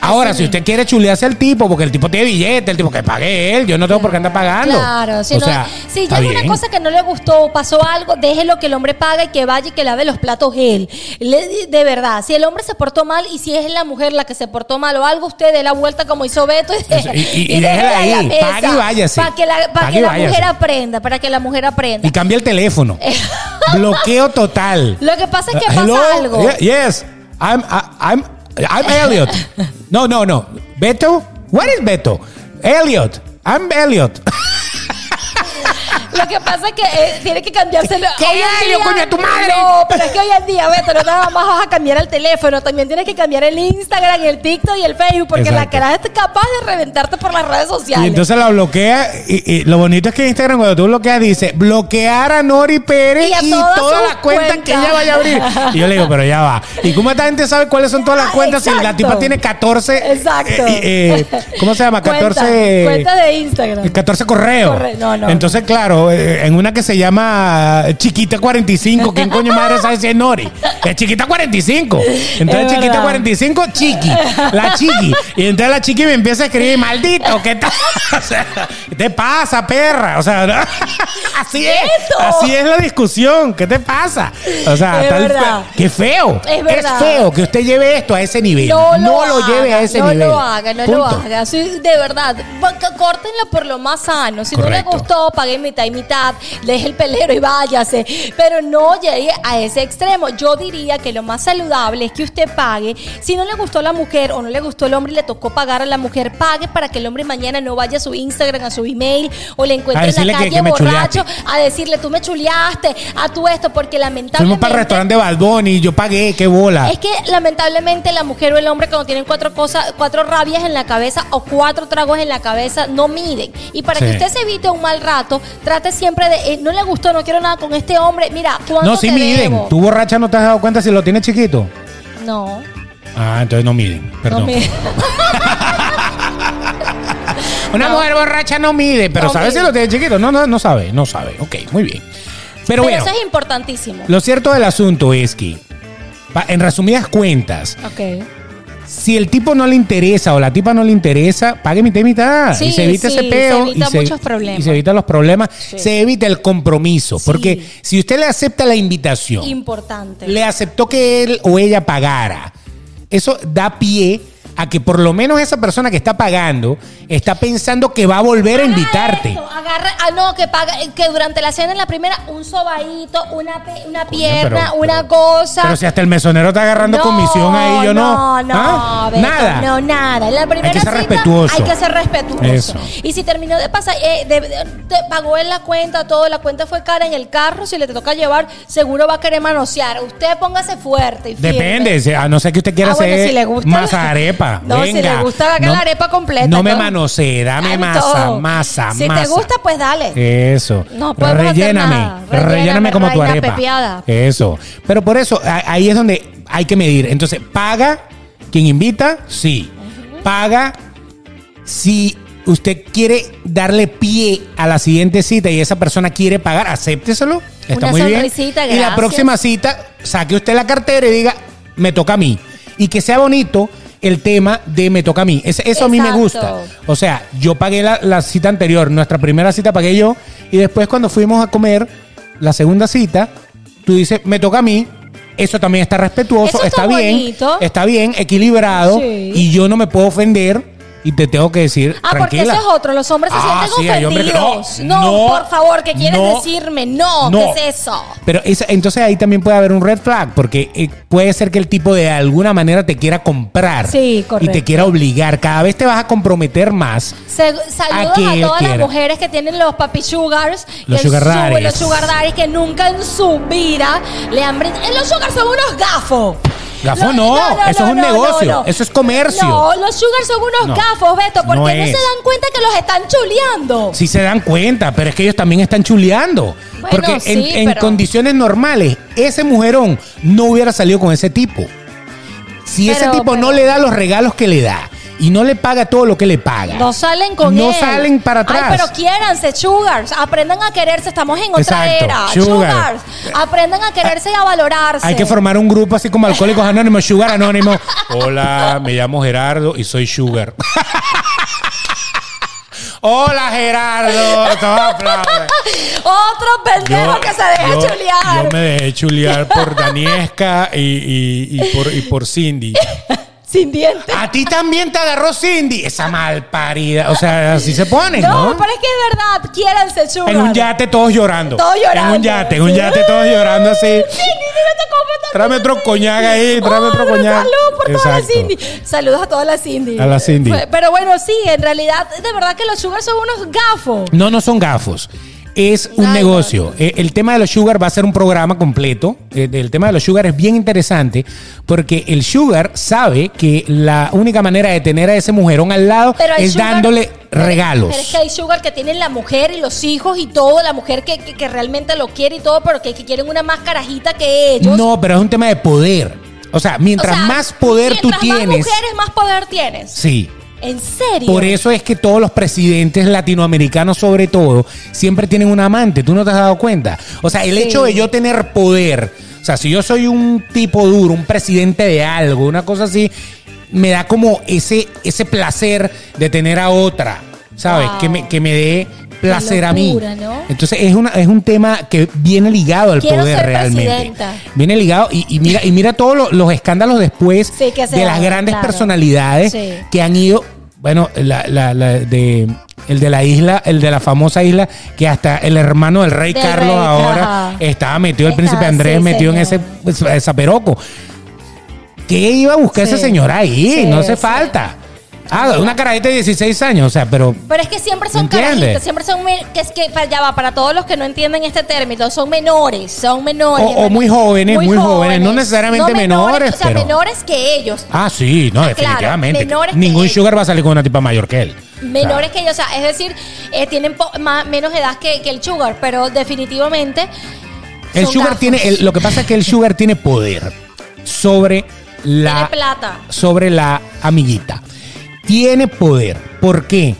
S1: Ahora, si usted quiere chulearse al tipo, porque el tipo tiene billete, el tipo que pague él, yo no tengo por qué andar pagando.
S2: Claro, si,
S1: o
S2: no-
S1: sea,
S2: si
S1: está
S2: ya alguna
S1: bien.
S2: cosa que no le gustó, pasó algo, déjelo que el hombre pague y que vaya y que lave los platos él. Le- de verdad, si el hombre se portó mal y si es la mujer la que se portó mal o algo, usted dé la vuelta como hizo Beto y,
S1: Eso, y- y- y déjela ahí, pague y váyase.
S2: Para que la, pa'
S1: Pague y
S2: que la
S1: váyase.
S2: mujer aprenda, para que la mujer aprenda.
S1: Y cambia el teléfono. Bloqueo total.
S2: Lo que pasa es que
S1: Uh,
S2: pasa
S1: hello?
S2: algo.
S1: Ye- yes, I'm, I- I'm, I'm Elliot. No, no, no. Beto? What is Beto? Elliot. I'm Elliot.
S2: Lo que pasa es que eh, tiene que cambiarse.
S1: ¿Qué hay, coño, a tu madre?
S2: No, pero es que hoy en día, Beto, no nada más vas a cambiar el teléfono. También tienes que cambiar el Instagram, el TikTok y el Facebook. Porque la
S4: Exacto.
S2: cara es capaz de reventarte por las redes sociales.
S1: Y entonces la bloquea. Y, y lo bonito es que Instagram, cuando tú bloqueas, dice bloquear a Nori Pérez
S2: Y a
S1: y,
S2: todas
S1: todas,
S2: sus
S1: las cuentas que
S2: cuentas.
S1: ella vaya a abrir. Y yo le digo, pero ya va. ¿Y cómo esta gente sabe cuáles son todas las cuentas si la
S2: Exacto.
S1: tipa tiene 14?
S2: Exacto.
S1: eh, eh, eh, ¿Cómo se llama? 14.
S2: Cuentas cuentas de Instagram.
S1: 14 correos.
S2: Corre- no, no.
S1: Entonces, claro, eh, en una que se llama Chiquita 45, ¿quién coño madre sabe si es Nori? Es Chiquita 45. Entonces,
S2: Es
S1: Chiquita
S2: verdad.
S1: 45, Chiqui. La Chiqui. Y entonces la Chiqui me empieza a escribir, maldito, ¿qué tal? O sea, ¿qué te pasa, perra? O sea, ¿no? así es.
S2: Eso.
S1: Así es la discusión. ¿Qué te pasa? O sea,
S2: Es
S1: tal-
S2: verdad.
S1: qué feo.
S2: Es verdad.
S1: feo que usted lleve esto a ese nivel. No, lo,
S2: haga,
S1: lleve a ese
S2: no
S1: nivel.
S2: lo haga, no lo
S1: Punto.
S2: haga. Sí, de verdad, va- c- córtenlo por lo más sano. Si no
S4: Correcto.
S2: le gustó, pague mitad y mitad, deje el pelero y váyase. Pero no llegue a ese extremo. Yo diría que lo más saludable es que usted pague. Si no le gustó la mujer o no le gustó el hombre y le tocó pagar a la mujer, pague para que el hombre mañana no vaya a su Instagram, a su email o le encuentre en
S4: decirle
S2: la
S4: que-
S2: calle
S4: que me
S2: borracho a decirle, tú me chuleaste, a tú esto, porque lamentablemente...
S1: Fuimos para el restaurante de Balboni, yo pagué, qué bola.
S2: Es que lamentablemente la mujer o el hombre cuando tienen cuatro cosas, cuatro rabias en la cabeza o cuatro tragos en la cabeza, no miden. Y para que
S4: Sí.
S2: usted se evite un mal rato, trate siempre de, eh, no le gustó, no quiero nada con este hombre. Mira, ¿cuánto
S1: No, sí
S2: te
S1: miden.
S2: debo?
S1: ¿Tú borracha no te has dado cuenta si lo tienes chiquito?
S2: No,
S1: Ah, entonces no miden, perdón.
S2: no miden.
S1: Una
S2: No.
S1: mujer borracha no mide, pero
S2: Ah, No
S1: ¿sabes
S2: mide.
S1: si lo tienes chiquito? No, no, no sabe, no sabe. Ok, muy bien. Pero,
S2: Pero
S1: bueno,
S2: eso es importantísimo.
S1: lo cierto del asunto es que, pa- en resumidas cuentas,
S2: Ok.
S1: si el tipo no le interesa o la tipa no le interesa, pague mitad y mitad.
S2: Sí,
S1: y se evita
S2: sí,
S1: ese peo.
S2: se evita
S1: y se-
S2: muchos problemas.
S1: Y se evita los problemas. Se evita el compromiso.
S2: Sí.
S1: Porque si usted le acepta la invitación,
S2: Importante.
S1: le aceptó que él o ella pagara. Eso da pie a que por lo menos esa persona que está pagando está pensando que va a volver a
S2: Haga
S1: invitarte.
S2: esto, agarra, ah, no, que paga, que durante la cena en la primera, un sobaíto, una, pe- una pierna,
S1: pero-
S2: una
S1: pero-
S2: cosa.
S1: Pero si hasta el mesonero está agarrando comisión ahí, yo no.
S2: No, no,
S1: ¿Ah?
S2: Beto,
S1: Nada.
S2: No, nada. En la primera
S1: que ser
S2: cita
S1: respetuoso.
S2: Hay que ser respetuoso.
S1: Eso.
S2: Y si terminó de pasar, eh, de- de- te pagó en la cuenta, todo, la cuenta fue cara en el carro, si le toca llevar, seguro va a querer manosear. Usted póngase fuerte. y firme.
S1: Depende, si- a no ser que usted quiera
S2: Ah, bueno,
S1: hacer
S2: si le gusta
S1: masa
S2: la-
S1: arepa.
S2: No, si
S1: venga.
S2: le gusta, haga
S1: No-
S2: la arepa completa.
S1: No me
S2: yo-
S1: manosee, dame
S2: Ay,
S1: masa,
S2: todo.
S1: masa,
S2: Si
S1: masa. Eh,
S2: te gusta, pues dale.
S1: Eso.
S2: No podemos hacer
S1: relléname,
S2: nada.
S1: Relléname,
S2: Relléname,
S1: como tu
S2: reina
S1: arepa.
S2: pepiada.
S1: Eso. Pero por eso, a- ahí es donde hay que medir. Entonces, paga quien invita, sí. Paga si usted quiere darle pie a la siguiente cita y esa persona quiere pagar, acépteselo. Está
S2: Una
S1: muy bien.
S2: sonrisita,
S1: Y la
S2: gracias.
S1: próxima cita, saque usted la cartera y diga, me toca a mí. Y que sea bonito el tema de me toca a mí. Ese- eso a mí me
S2: Exacto.
S1: gusta. O sea, yo pagué la, la cita anterior, nuestra primera cita pagué yo, y después cuando fuimos a comer la segunda cita, tú dices, me toca a mí. Eso también está respetuoso,
S2: Eso está
S1: está, bien,
S2: bonito.
S1: está bien, equilibrado,
S2: Sí.
S1: y yo no me puedo ofender y te tengo que decir,
S2: Ah, porque
S1: tranquila.
S2: eso es otro. Los hombres se
S1: Ah,
S2: sienten
S1: sí, hay hombres que- no,
S2: ofendidos. no,
S1: no,
S2: por favor, ¿qué quieres
S1: no,
S2: decirme? No,
S1: no.
S2: ¿qué es eso?
S1: Pero esa- entonces ahí también puede haber un red flag, porque eh, puede ser que el tipo de alguna manera te quiera comprar
S2: Sí,
S1: y
S2: correcto.
S1: te quiera obligar. Cada vez te vas a comprometer más.
S2: Se- saludos a,
S1: Aquel
S2: todas las
S1: quiera.
S2: mujeres que tienen los papi sugars,
S1: Los
S2: que en
S1: sugar
S2: su-
S1: daddies.
S2: los sugar daddies que nunca en su vida le han brindado. eh, Los sugar son unos gafos.
S1: Gafo
S2: Los-
S1: no, eso es un negocio, eso es comercio.
S2: No, los sugar son
S1: No,
S2: unos gafos, Beto, porque
S1: no
S2: no,
S1: es.
S2: se dan cuenta que los están chuleando.
S1: Si se dan cuenta, pero es que ellos también están chuleando.
S2: Bueno,
S1: porque en,
S2: sí,
S1: en
S2: pero-
S1: condiciones normales, ese mujerón no hubiera salido con ese tipo. Si ese
S2: Pero-
S1: tipo no
S2: pero-
S1: le da los regalos que le da y no le paga todo lo que le paga.
S2: No salen con
S1: No
S2: él.
S1: salen para atrás.
S2: Ay, pero quiéranse, sugars. Aprendan a quererse. Estamos en otra
S1: Exacto,
S2: era.
S1: sugar.
S2: Sugars. Aprendan a quererse y a valorarse.
S1: Hay que formar un grupo así como Alcohólicos Anónimos, Sugar Anónimo. Hola, me llamo Gerardo y soy Sugar. Hola Gerardo, Todos aplauden.
S2: Otro pendejo que se deja
S1: yo-
S2: chulear.
S1: yo me dejé chulear por Daniesca y, y- y por, y por Cindy.
S2: Sin dientes.
S1: A ti también te agarró Cindy. Esa malparida. O sea, así se ponen,
S2: No,
S1: ¿no?
S2: pero es que es verdad. Quiéranse, sugar.
S1: En un yate todos llorando.
S2: Todos llorando.
S1: En un yate, en un
S2: Sí.
S1: yate todos llorando así.
S2: Cindy, mira, te como tanto.
S1: Tráeme otro coñac ahí, tráeme otro
S2: Hombre,
S1: coñac.
S2: Salud por todas las
S1: Exacto.
S2: Cindy. Saludos a todas las Cindy.
S1: A las Cindy.
S2: Fue- Pero bueno, sí, en realidad, de verdad que los sugar son unos gafos.
S1: No, no son gafos. es un
S2: Ay,
S1: negocio. Eh, El tema de los sugar va a ser un programa completo. Eh, El tema de los sugar es bien interesante porque el sugar sabe que la única manera de tener a ese mujerón al lado
S2: Pero hay
S1: es
S2: sugar-
S1: dándole
S2: pero-
S1: regalos.
S2: Pero es que hay sugar que tienen la mujer y los hijos y todo, la mujer que, que- que realmente lo quiere y todo, pero que, que quieren una más carajita que ellos.
S1: No, pero es un tema de poder. O sea,
S2: O
S1: mientras
S2: sea,
S1: más poder tú
S2: Mientras
S1: tienes.
S2: más mujeres, más poder tienes.
S1: Sí.
S2: ¿En serio?
S1: Por eso es que todos los presidentes latinoamericanos, sobre todo, siempre tienen un amante. ¿Tú no te has dado cuenta? O sea, el
S2: Sí.
S1: hecho de yo tener poder, o sea, si yo soy un tipo duro, un presidente de algo, una cosa así, me da como ese, ese placer de tener a otra, ¿sabes?
S2: Wow.
S1: Que, me, que me dé placer
S2: locura,
S1: a mí.
S2: ¿no?
S1: Entonces es, una, es un tema que viene ligado al
S2: Quiero
S1: poder
S2: ser
S1: realmente.
S2: presidenta.
S1: Viene ligado y, y mira, y mira todos los- los escándalos después
S2: Sí, que se
S1: de las
S2: dan,
S1: grandes
S2: claro.
S1: personalidades
S2: Sí.
S1: que han ido, bueno, la, la- la de, el de la isla, el de la famosa isla, que hasta el hermano del rey
S2: Del
S1: Carlos
S2: rey,
S1: ahora
S2: ajá.
S1: estaba metido, el
S2: Está,
S1: príncipe Andrés
S2: sí,
S1: metido
S2: señor.
S1: en ese pues, zaperoco. ¿Qué iba a buscar
S2: Sí.
S1: ese señor ahí?
S2: Sí,
S1: no hace
S2: sí.
S1: falta. Ah, una carajita de 16 años, o sea, pero...
S2: Pero es que siempre son
S1: ¿Entiendes?
S2: carajitas, siempre son men- que es que para allá va, para todos los que no entienden este término, son menores, son menores.
S1: O- o muy jóvenes, muy jóvenes, no necesariamente menores,
S2: o sea,
S1: pero-
S2: menores que ellos.
S1: Ah, sí, no,
S2: Claro,
S1: definitivamente.
S2: menores que
S1: Ningún
S2: él.
S1: sugar va a salir con una tipa mayor que él.
S2: Menores que ellos, o sea, es decir, eh, tienen po- más, menos edad que, que el sugar, pero definitivamente.
S1: El
S2: son
S1: sugar
S2: gafos.
S1: tiene, el- lo que pasa es que el sugar tiene poder sobre la,
S2: Tiene plata.
S1: sobre la amiguita. Tiene poder. ¿Por qué?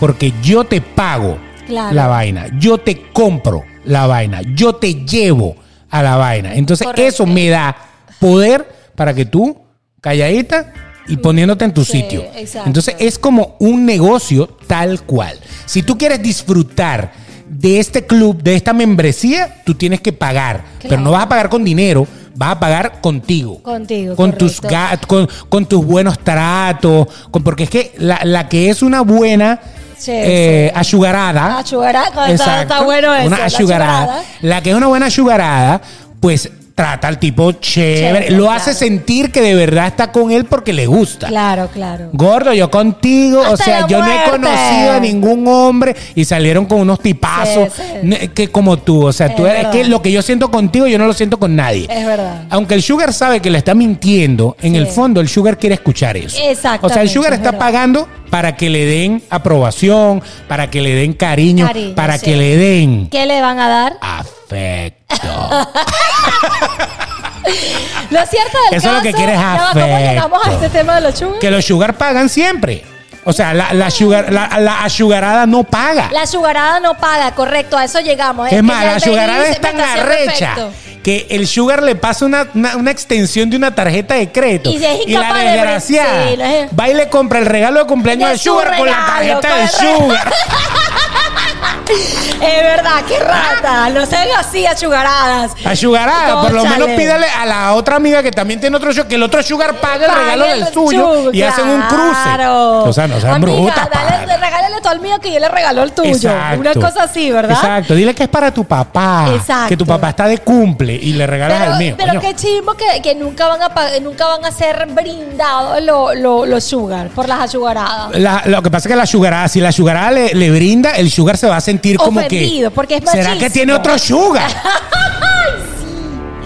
S1: Porque yo te pago
S2: Claro.
S1: la vaina, yo te compro la vaina, yo te llevo a la vaina. Entonces
S2: Correcto.
S1: eso me da poder para que tú, calladita y poniéndote en tu
S2: Mm, Sí,
S1: sitio.
S2: exacto.
S1: Entonces es como un negocio tal cual. Si tú quieres disfrutar de este club, de esta membresía, tú tienes que pagar. Pero no vas a pagar con dinero, vas a pagar contigo.
S2: Contigo,
S1: Con tus,
S2: correcto.
S1: ga- Ah, con, con tus buenos tratos. con- porque es que la, la que es una buena
S2: Sí,
S1: eh,
S2: Ah,
S1: ayugarada.
S2: Ayugarada, está,
S1: Exacto.
S2: está bueno eso.
S1: Una
S2: la
S1: ayugarada.
S2: ayugarada.
S1: La que es una buena ayugarada, pues trata al tipo chévere.
S2: Chévere,
S1: lo
S2: claro.
S1: hace sentir que de verdad está con él porque le gusta.
S2: Claro, claro.
S1: Gordo, yo contigo, o
S2: Hasta
S1: sea,
S2: la
S1: yo no he
S2: muerte.
S1: conocido a ningún hombre y salieron con unos tipazos
S2: Sí, sí.
S1: ne- que como tú, o sea, tú
S2: Es
S1: eres
S2: verdad.
S1: que lo que yo siento contigo yo no lo siento con nadie.
S2: Es verdad.
S1: Aunque el sugar sabe que le está mintiendo, en
S2: Sí.
S1: el fondo el sugar quiere escuchar eso.
S2: Exactamente,
S1: O sea, el sugar
S2: es
S1: está
S2: verdad.
S1: pagando para que le den aprobación, para que le den cariño,
S2: Cariño,
S1: para
S2: sí.
S1: que le den
S2: ¿Qué le van a dar?
S1: afecto.
S2: Lo cierto
S1: Eso
S2: del
S1: es
S2: caso.
S1: lo que quieres
S2: ya va, ¿Cómo
S1: afecto.
S2: llegamos a este tema de los sugar?
S1: que los sugar pagan siempre. O sea, la, la, sugar, la, la ayugarada no paga.
S2: La sugarada no paga, correcto, a eso llegamos. ¿eh?
S1: Es
S2: Pues que
S1: más,
S2: ya
S1: la
S2: el
S1: sugarada
S2: Benny
S1: es tan
S2: me está haciendo
S1: arrecha
S2: efecto.
S1: que el sugar le pasa una, una- una extensión de una tarjeta de crédito.
S2: Y es
S1: la
S2: incapaz de
S1: desgraciada
S2: brin- sí, no es-
S1: va y le compra el regalo de cumpleaños
S2: De
S1: del
S2: su
S1: sugar con la
S2: regalo,
S1: tarjeta
S2: con
S1: del
S2: el regalo.
S1: sugar.
S2: Es verdad, qué rata. No sean así achugaradas.
S1: Ayugarada, por lo
S2: Cónchale.
S1: menos pídale a la otra amiga que también tiene otro sugar, que el otro sugar pague el
S2: Pague
S1: regalo
S2: el
S1: del suyo
S2: sugar,
S1: y hacen un cruce.
S2: claro.
S1: O sea, no sean
S2: Amiga,
S1: brutas.
S2: dale-
S1: pana.
S2: regálale tú al mío que yo le regalo el tuyo.
S1: Exacto.
S2: Una cosa así, ¿verdad?
S1: Exacto, dile que es para tu papá.
S2: Exacto.
S1: Que tu papá está de cumple y le regalas
S2: Pero,
S1: el mío.
S2: pero
S1: Coño.
S2: qué chismo que, que nunca van a pa- nunca van a ser brindados los lo, los sugar por las achugaradas.
S1: La- lo que pasa es que la sugarada, si la sugarada le, le brinda, el sugar se va a sentir como
S2: Ofendido,
S1: que.
S2: porque es
S1: ¿Será
S2: machismo?
S1: que tiene otro sugar?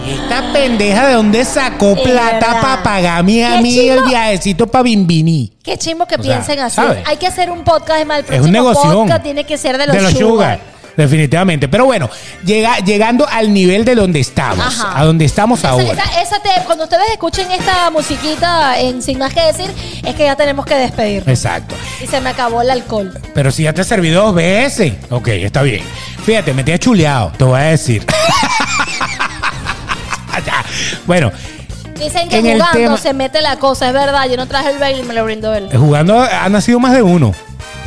S1: Y Esta pendeja de dónde sacó
S2: Es
S1: plata
S2: verdad.
S1: para pagarme a
S2: Qué
S1: mí
S2: chino.
S1: el viajecito para Bimbini.
S2: Qué chismo que
S1: O sea,
S2: piensen así.
S1: ¿sabes?
S2: Hay que hacer un podcast de mal
S1: Es un negocio.
S2: podcast tiene que ser de los, sugar.
S1: Definitivamente. Pero bueno, llega, llegando al nivel de donde estamos,
S2: Ajá.
S1: a donde estamos
S2: Esa-
S1: ahora.
S2: esa- esa te- cuando ustedes escuchen esta musiquita en Sin Más Que Decir, es que ya tenemos que despedirnos.
S1: Exacto.
S2: Y se me acabó el alcohol.
S1: Pero si ya te serví dos veces. Ok, está bien. Fíjate, me te has chuleado, te voy a decir. Ya. Bueno,
S2: Dicen que
S1: En el
S2: jugando
S1: tema- Eh,
S2: se mete la cosa, es verdad. Yo no traje el baile y me lo brindó él.
S1: jugando ha nacido más de uno.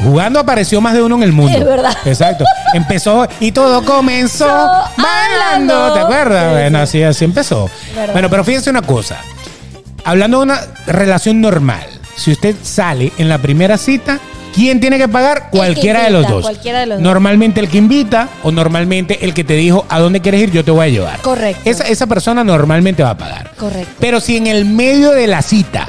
S1: Jugando apareció más de uno en el mundo.
S2: Es verdad.
S1: Exacto. Empezó y todo comenzó
S2: Yo
S1: bailando.
S2: bailando.
S1: ¿Te acuerdas?
S2: Sí,
S1: bueno, así, así empezó.
S2: Verdad.
S1: Bueno, pero fíjense una cosa. Hablando de una relación normal, si usted sale en la primera cita, ¿quién tiene que pagar?
S2: que
S1: Cualquiera de los
S2: invita,
S1: dos.
S2: cualquiera de los dos.
S1: normalmente el que invita o normalmente el que te dijo a dónde quieres ir, yo te voy a llevar.
S2: Correcto.
S1: Esa, esa persona normalmente va a pagar.
S2: Correcto.
S1: Pero si en el medio de la cita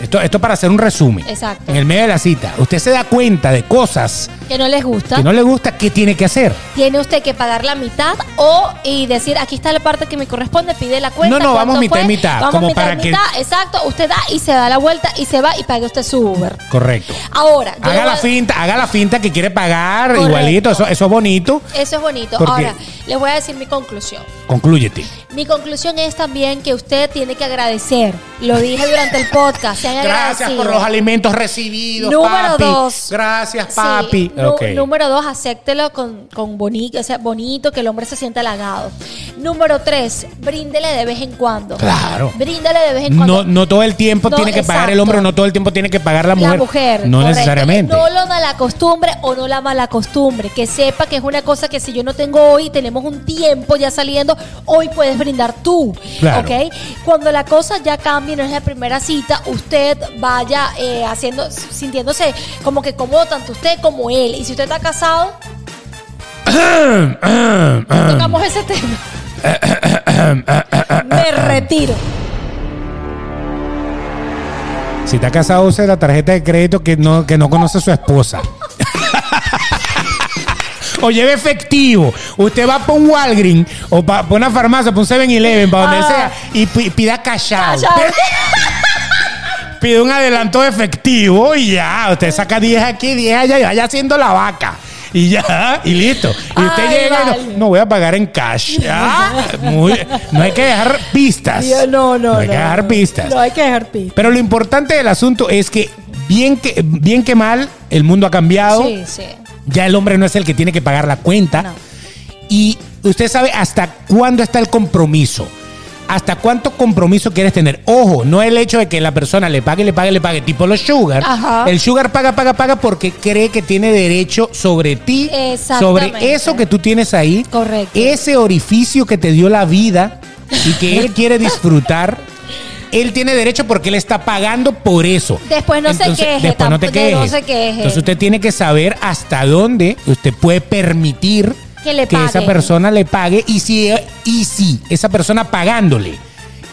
S1: Esto, esto para hacer un resumen.
S2: Exacto.
S1: En el medio de la cita, usted se da cuenta de cosas
S2: Que no les gusta.
S1: que no le gusta, ¿qué tiene que hacer?
S2: Tiene usted que pagar la mitad o y decir, aquí está la parte que me corresponde, pide la cuenta.
S1: No, no, vamos
S2: cuánto
S1: mitad y
S2: fue,
S1: mitad,
S2: Vamos
S1: como
S2: mitad y
S1: para que-
S2: mitad, exacto. Usted da y se da la vuelta y se va y pague usted su Uber.
S1: Correcto.
S2: Ahora, yo le
S1: Haga
S2: voy
S1: la
S2: a-
S1: finta, haga la finta que quiere pagar
S2: Correcto.
S1: igualito, eso, eso es bonito.
S2: Eso es bonito.
S1: ¿Por qué?
S2: Ahora, les voy a decir mi conclusión.
S1: Conclúyete.
S2: Mi conclusión es también que usted tiene que agradecer. Lo dije durante el podcast. Sean
S1: Gracias por
S2: agradecidos.
S1: los alimentos recibidos,
S2: Número
S1: papi.
S2: dos.
S1: Gracias,
S2: Sí,
S1: papi.
S2: nu-
S1: Ok.
S2: Número dos, acéptelo con, con bonito, o sea, bonito, que el hombre se sienta halagado. Número tres, bríndele de vez en cuando.
S1: Claro.
S2: Bríndele de vez en cuando.
S1: No, no todo el tiempo
S2: No,
S1: tiene que pagar el
S2: exacto.
S1: hombre, no todo el tiempo tiene que pagar la mujer.
S2: La mujer.
S1: no
S2: correcto.
S1: necesariamente.
S2: No lo mala costumbre o no la mala costumbre. Que sepa que es una cosa que si yo no tengo hoy, tenemos un tiempo ya saliendo, hoy puedes brindar tú.
S1: Claro.
S2: ¿Ok? Cuando la cosa ya cambie, no es la primera cita, usted vaya eh, haciendo, sintiéndose como que cómodo tanto usted como él. Y si usted está casado, no tocamos ese tema. Me retiro.
S1: Si está casado, usa la tarjeta de crédito que no, que no conoce a su esposa. o lleve efectivo. Usted va para un Walgreens o para una farmacia, para un 7-Eleven, para donde
S2: Ah.
S1: sea, y pi- pida callado.
S2: Chao.
S1: Pide un adelanto de efectivo y ya. Usted saca 10 aquí, 10 allá y vaya haciendo la vaca. Y ya, y listo. Y usted
S2: Ay,
S1: llega y
S2: vale.
S1: no, no voy a pagar en cash. Ah, muy- no hay que dejar pistas.
S2: Dios, No, no,
S1: No hay que dejar pistas.
S2: No hay que dejar pistas.
S1: Pero lo importante del asunto es que bien que, bien que mal, el mundo ha cambiado.
S2: Sí, sí.
S1: Ya el hombre no es el que tiene que pagar la cuenta.
S2: No.
S1: Y usted sabe hasta cuándo está el compromiso. Hasta cuánto compromiso quieres tener. Ojo, no el hecho de que la persona le pague, le pague, le pague. Tipo los sugar.
S2: Ajá.
S1: El sugar paga, paga, paga porque cree que tiene derecho sobre ti.
S2: Exactamente.
S1: Sobre eso que tú tienes ahí.
S2: Correcto.
S1: Ese orificio que te dio la vida y que él quiere disfrutar. Él tiene derecho porque él está pagando por eso.
S2: Después no se queje,
S1: Después no te
S2: tampoco- de-
S1: quejes.
S2: no se queje.
S1: Entonces usted tiene que saber hasta dónde usted puede permitir
S2: Que le pague.
S1: esa persona le pague y si, y si esa persona pagándole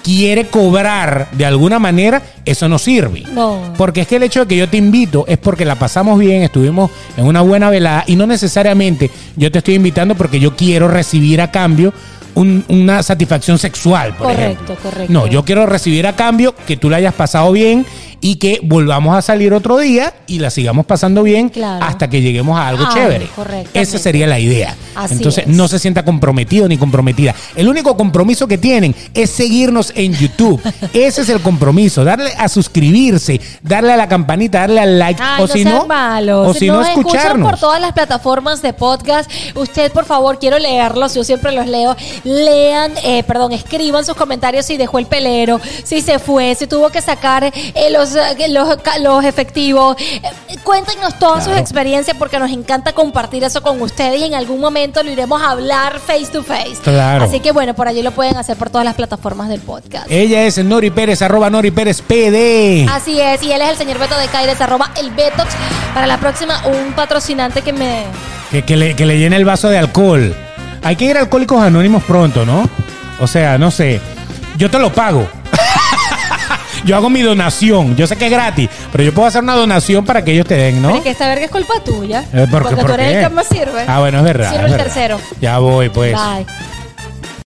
S1: quiere cobrar de alguna manera, eso no sirve.
S2: No.
S1: Porque es que el hecho de que yo te invito es porque la pasamos bien, estuvimos en una buena velada y no necesariamente yo te estoy invitando porque yo quiero recibir a cambio un- una satisfacción sexual, por
S2: Correcto,
S1: ejemplo.
S2: correcto.
S1: No, yo quiero recibir a cambio que tú la hayas pasado bien y que volvamos a salir otro día y la sigamos pasando bien
S2: Claro.
S1: hasta que lleguemos a algo
S2: Ah,
S1: chévere.
S2: correctamente.
S1: Esa sería la idea.
S2: Así
S1: Entonces,
S2: es.
S1: no se sienta comprometido ni comprometida. El único compromiso que tienen es seguirnos en YouTube. Ese es el compromiso. Darle a suscribirse, darle a la campanita, darle al like.
S2: Ay,
S1: o si
S2: sean
S1: no,
S2: malos.
S1: o si no,
S2: Nos escuchan
S1: escucharnos.
S2: por todas las plataformas de podcast. Usted, por favor, quiero leerlos. Yo siempre los leo. Lean, eh, perdón, escriban sus comentarios si dejó el pelero, si se fue, si tuvo que sacar eh, los, eh, los, ca- los efectivos. Eh, cuéntenos todas
S1: Claro.
S2: sus experiencias porque nos encanta compartir eso con ustedes y en algún momento lo iremos a hablar face to face.
S1: Claro.
S2: Así que bueno, por allí lo pueden hacer por todas las plataformas del podcast.
S1: Ella es Nori Pérez, arroba Nori Pérez PD.
S2: Así es, y él es el señor Beto de Caires, arroba el Betox. Para la próxima, un patrocinante que me...
S1: Que, que le, que le llene el vaso de alcohol. Hay que ir a Alcohólicos Anónimos pronto, ¿no? O sea, no sé. Yo te lo pago. yo hago mi donación. Yo sé que es gratis, pero yo puedo hacer una donación para que ellos te den,
S2: Pero
S1: ¿no?
S2: es que esta verga es culpa tuya.
S1: Eh, ¿por qué?
S2: porque
S1: ¿Por
S2: tú eres
S1: qué?
S2: el que más sirve.
S1: Ah, bueno, es verdad.
S2: Sirve
S1: es
S2: el
S1: verdad.
S2: tercero.
S1: Ya voy, pues.
S2: Bye.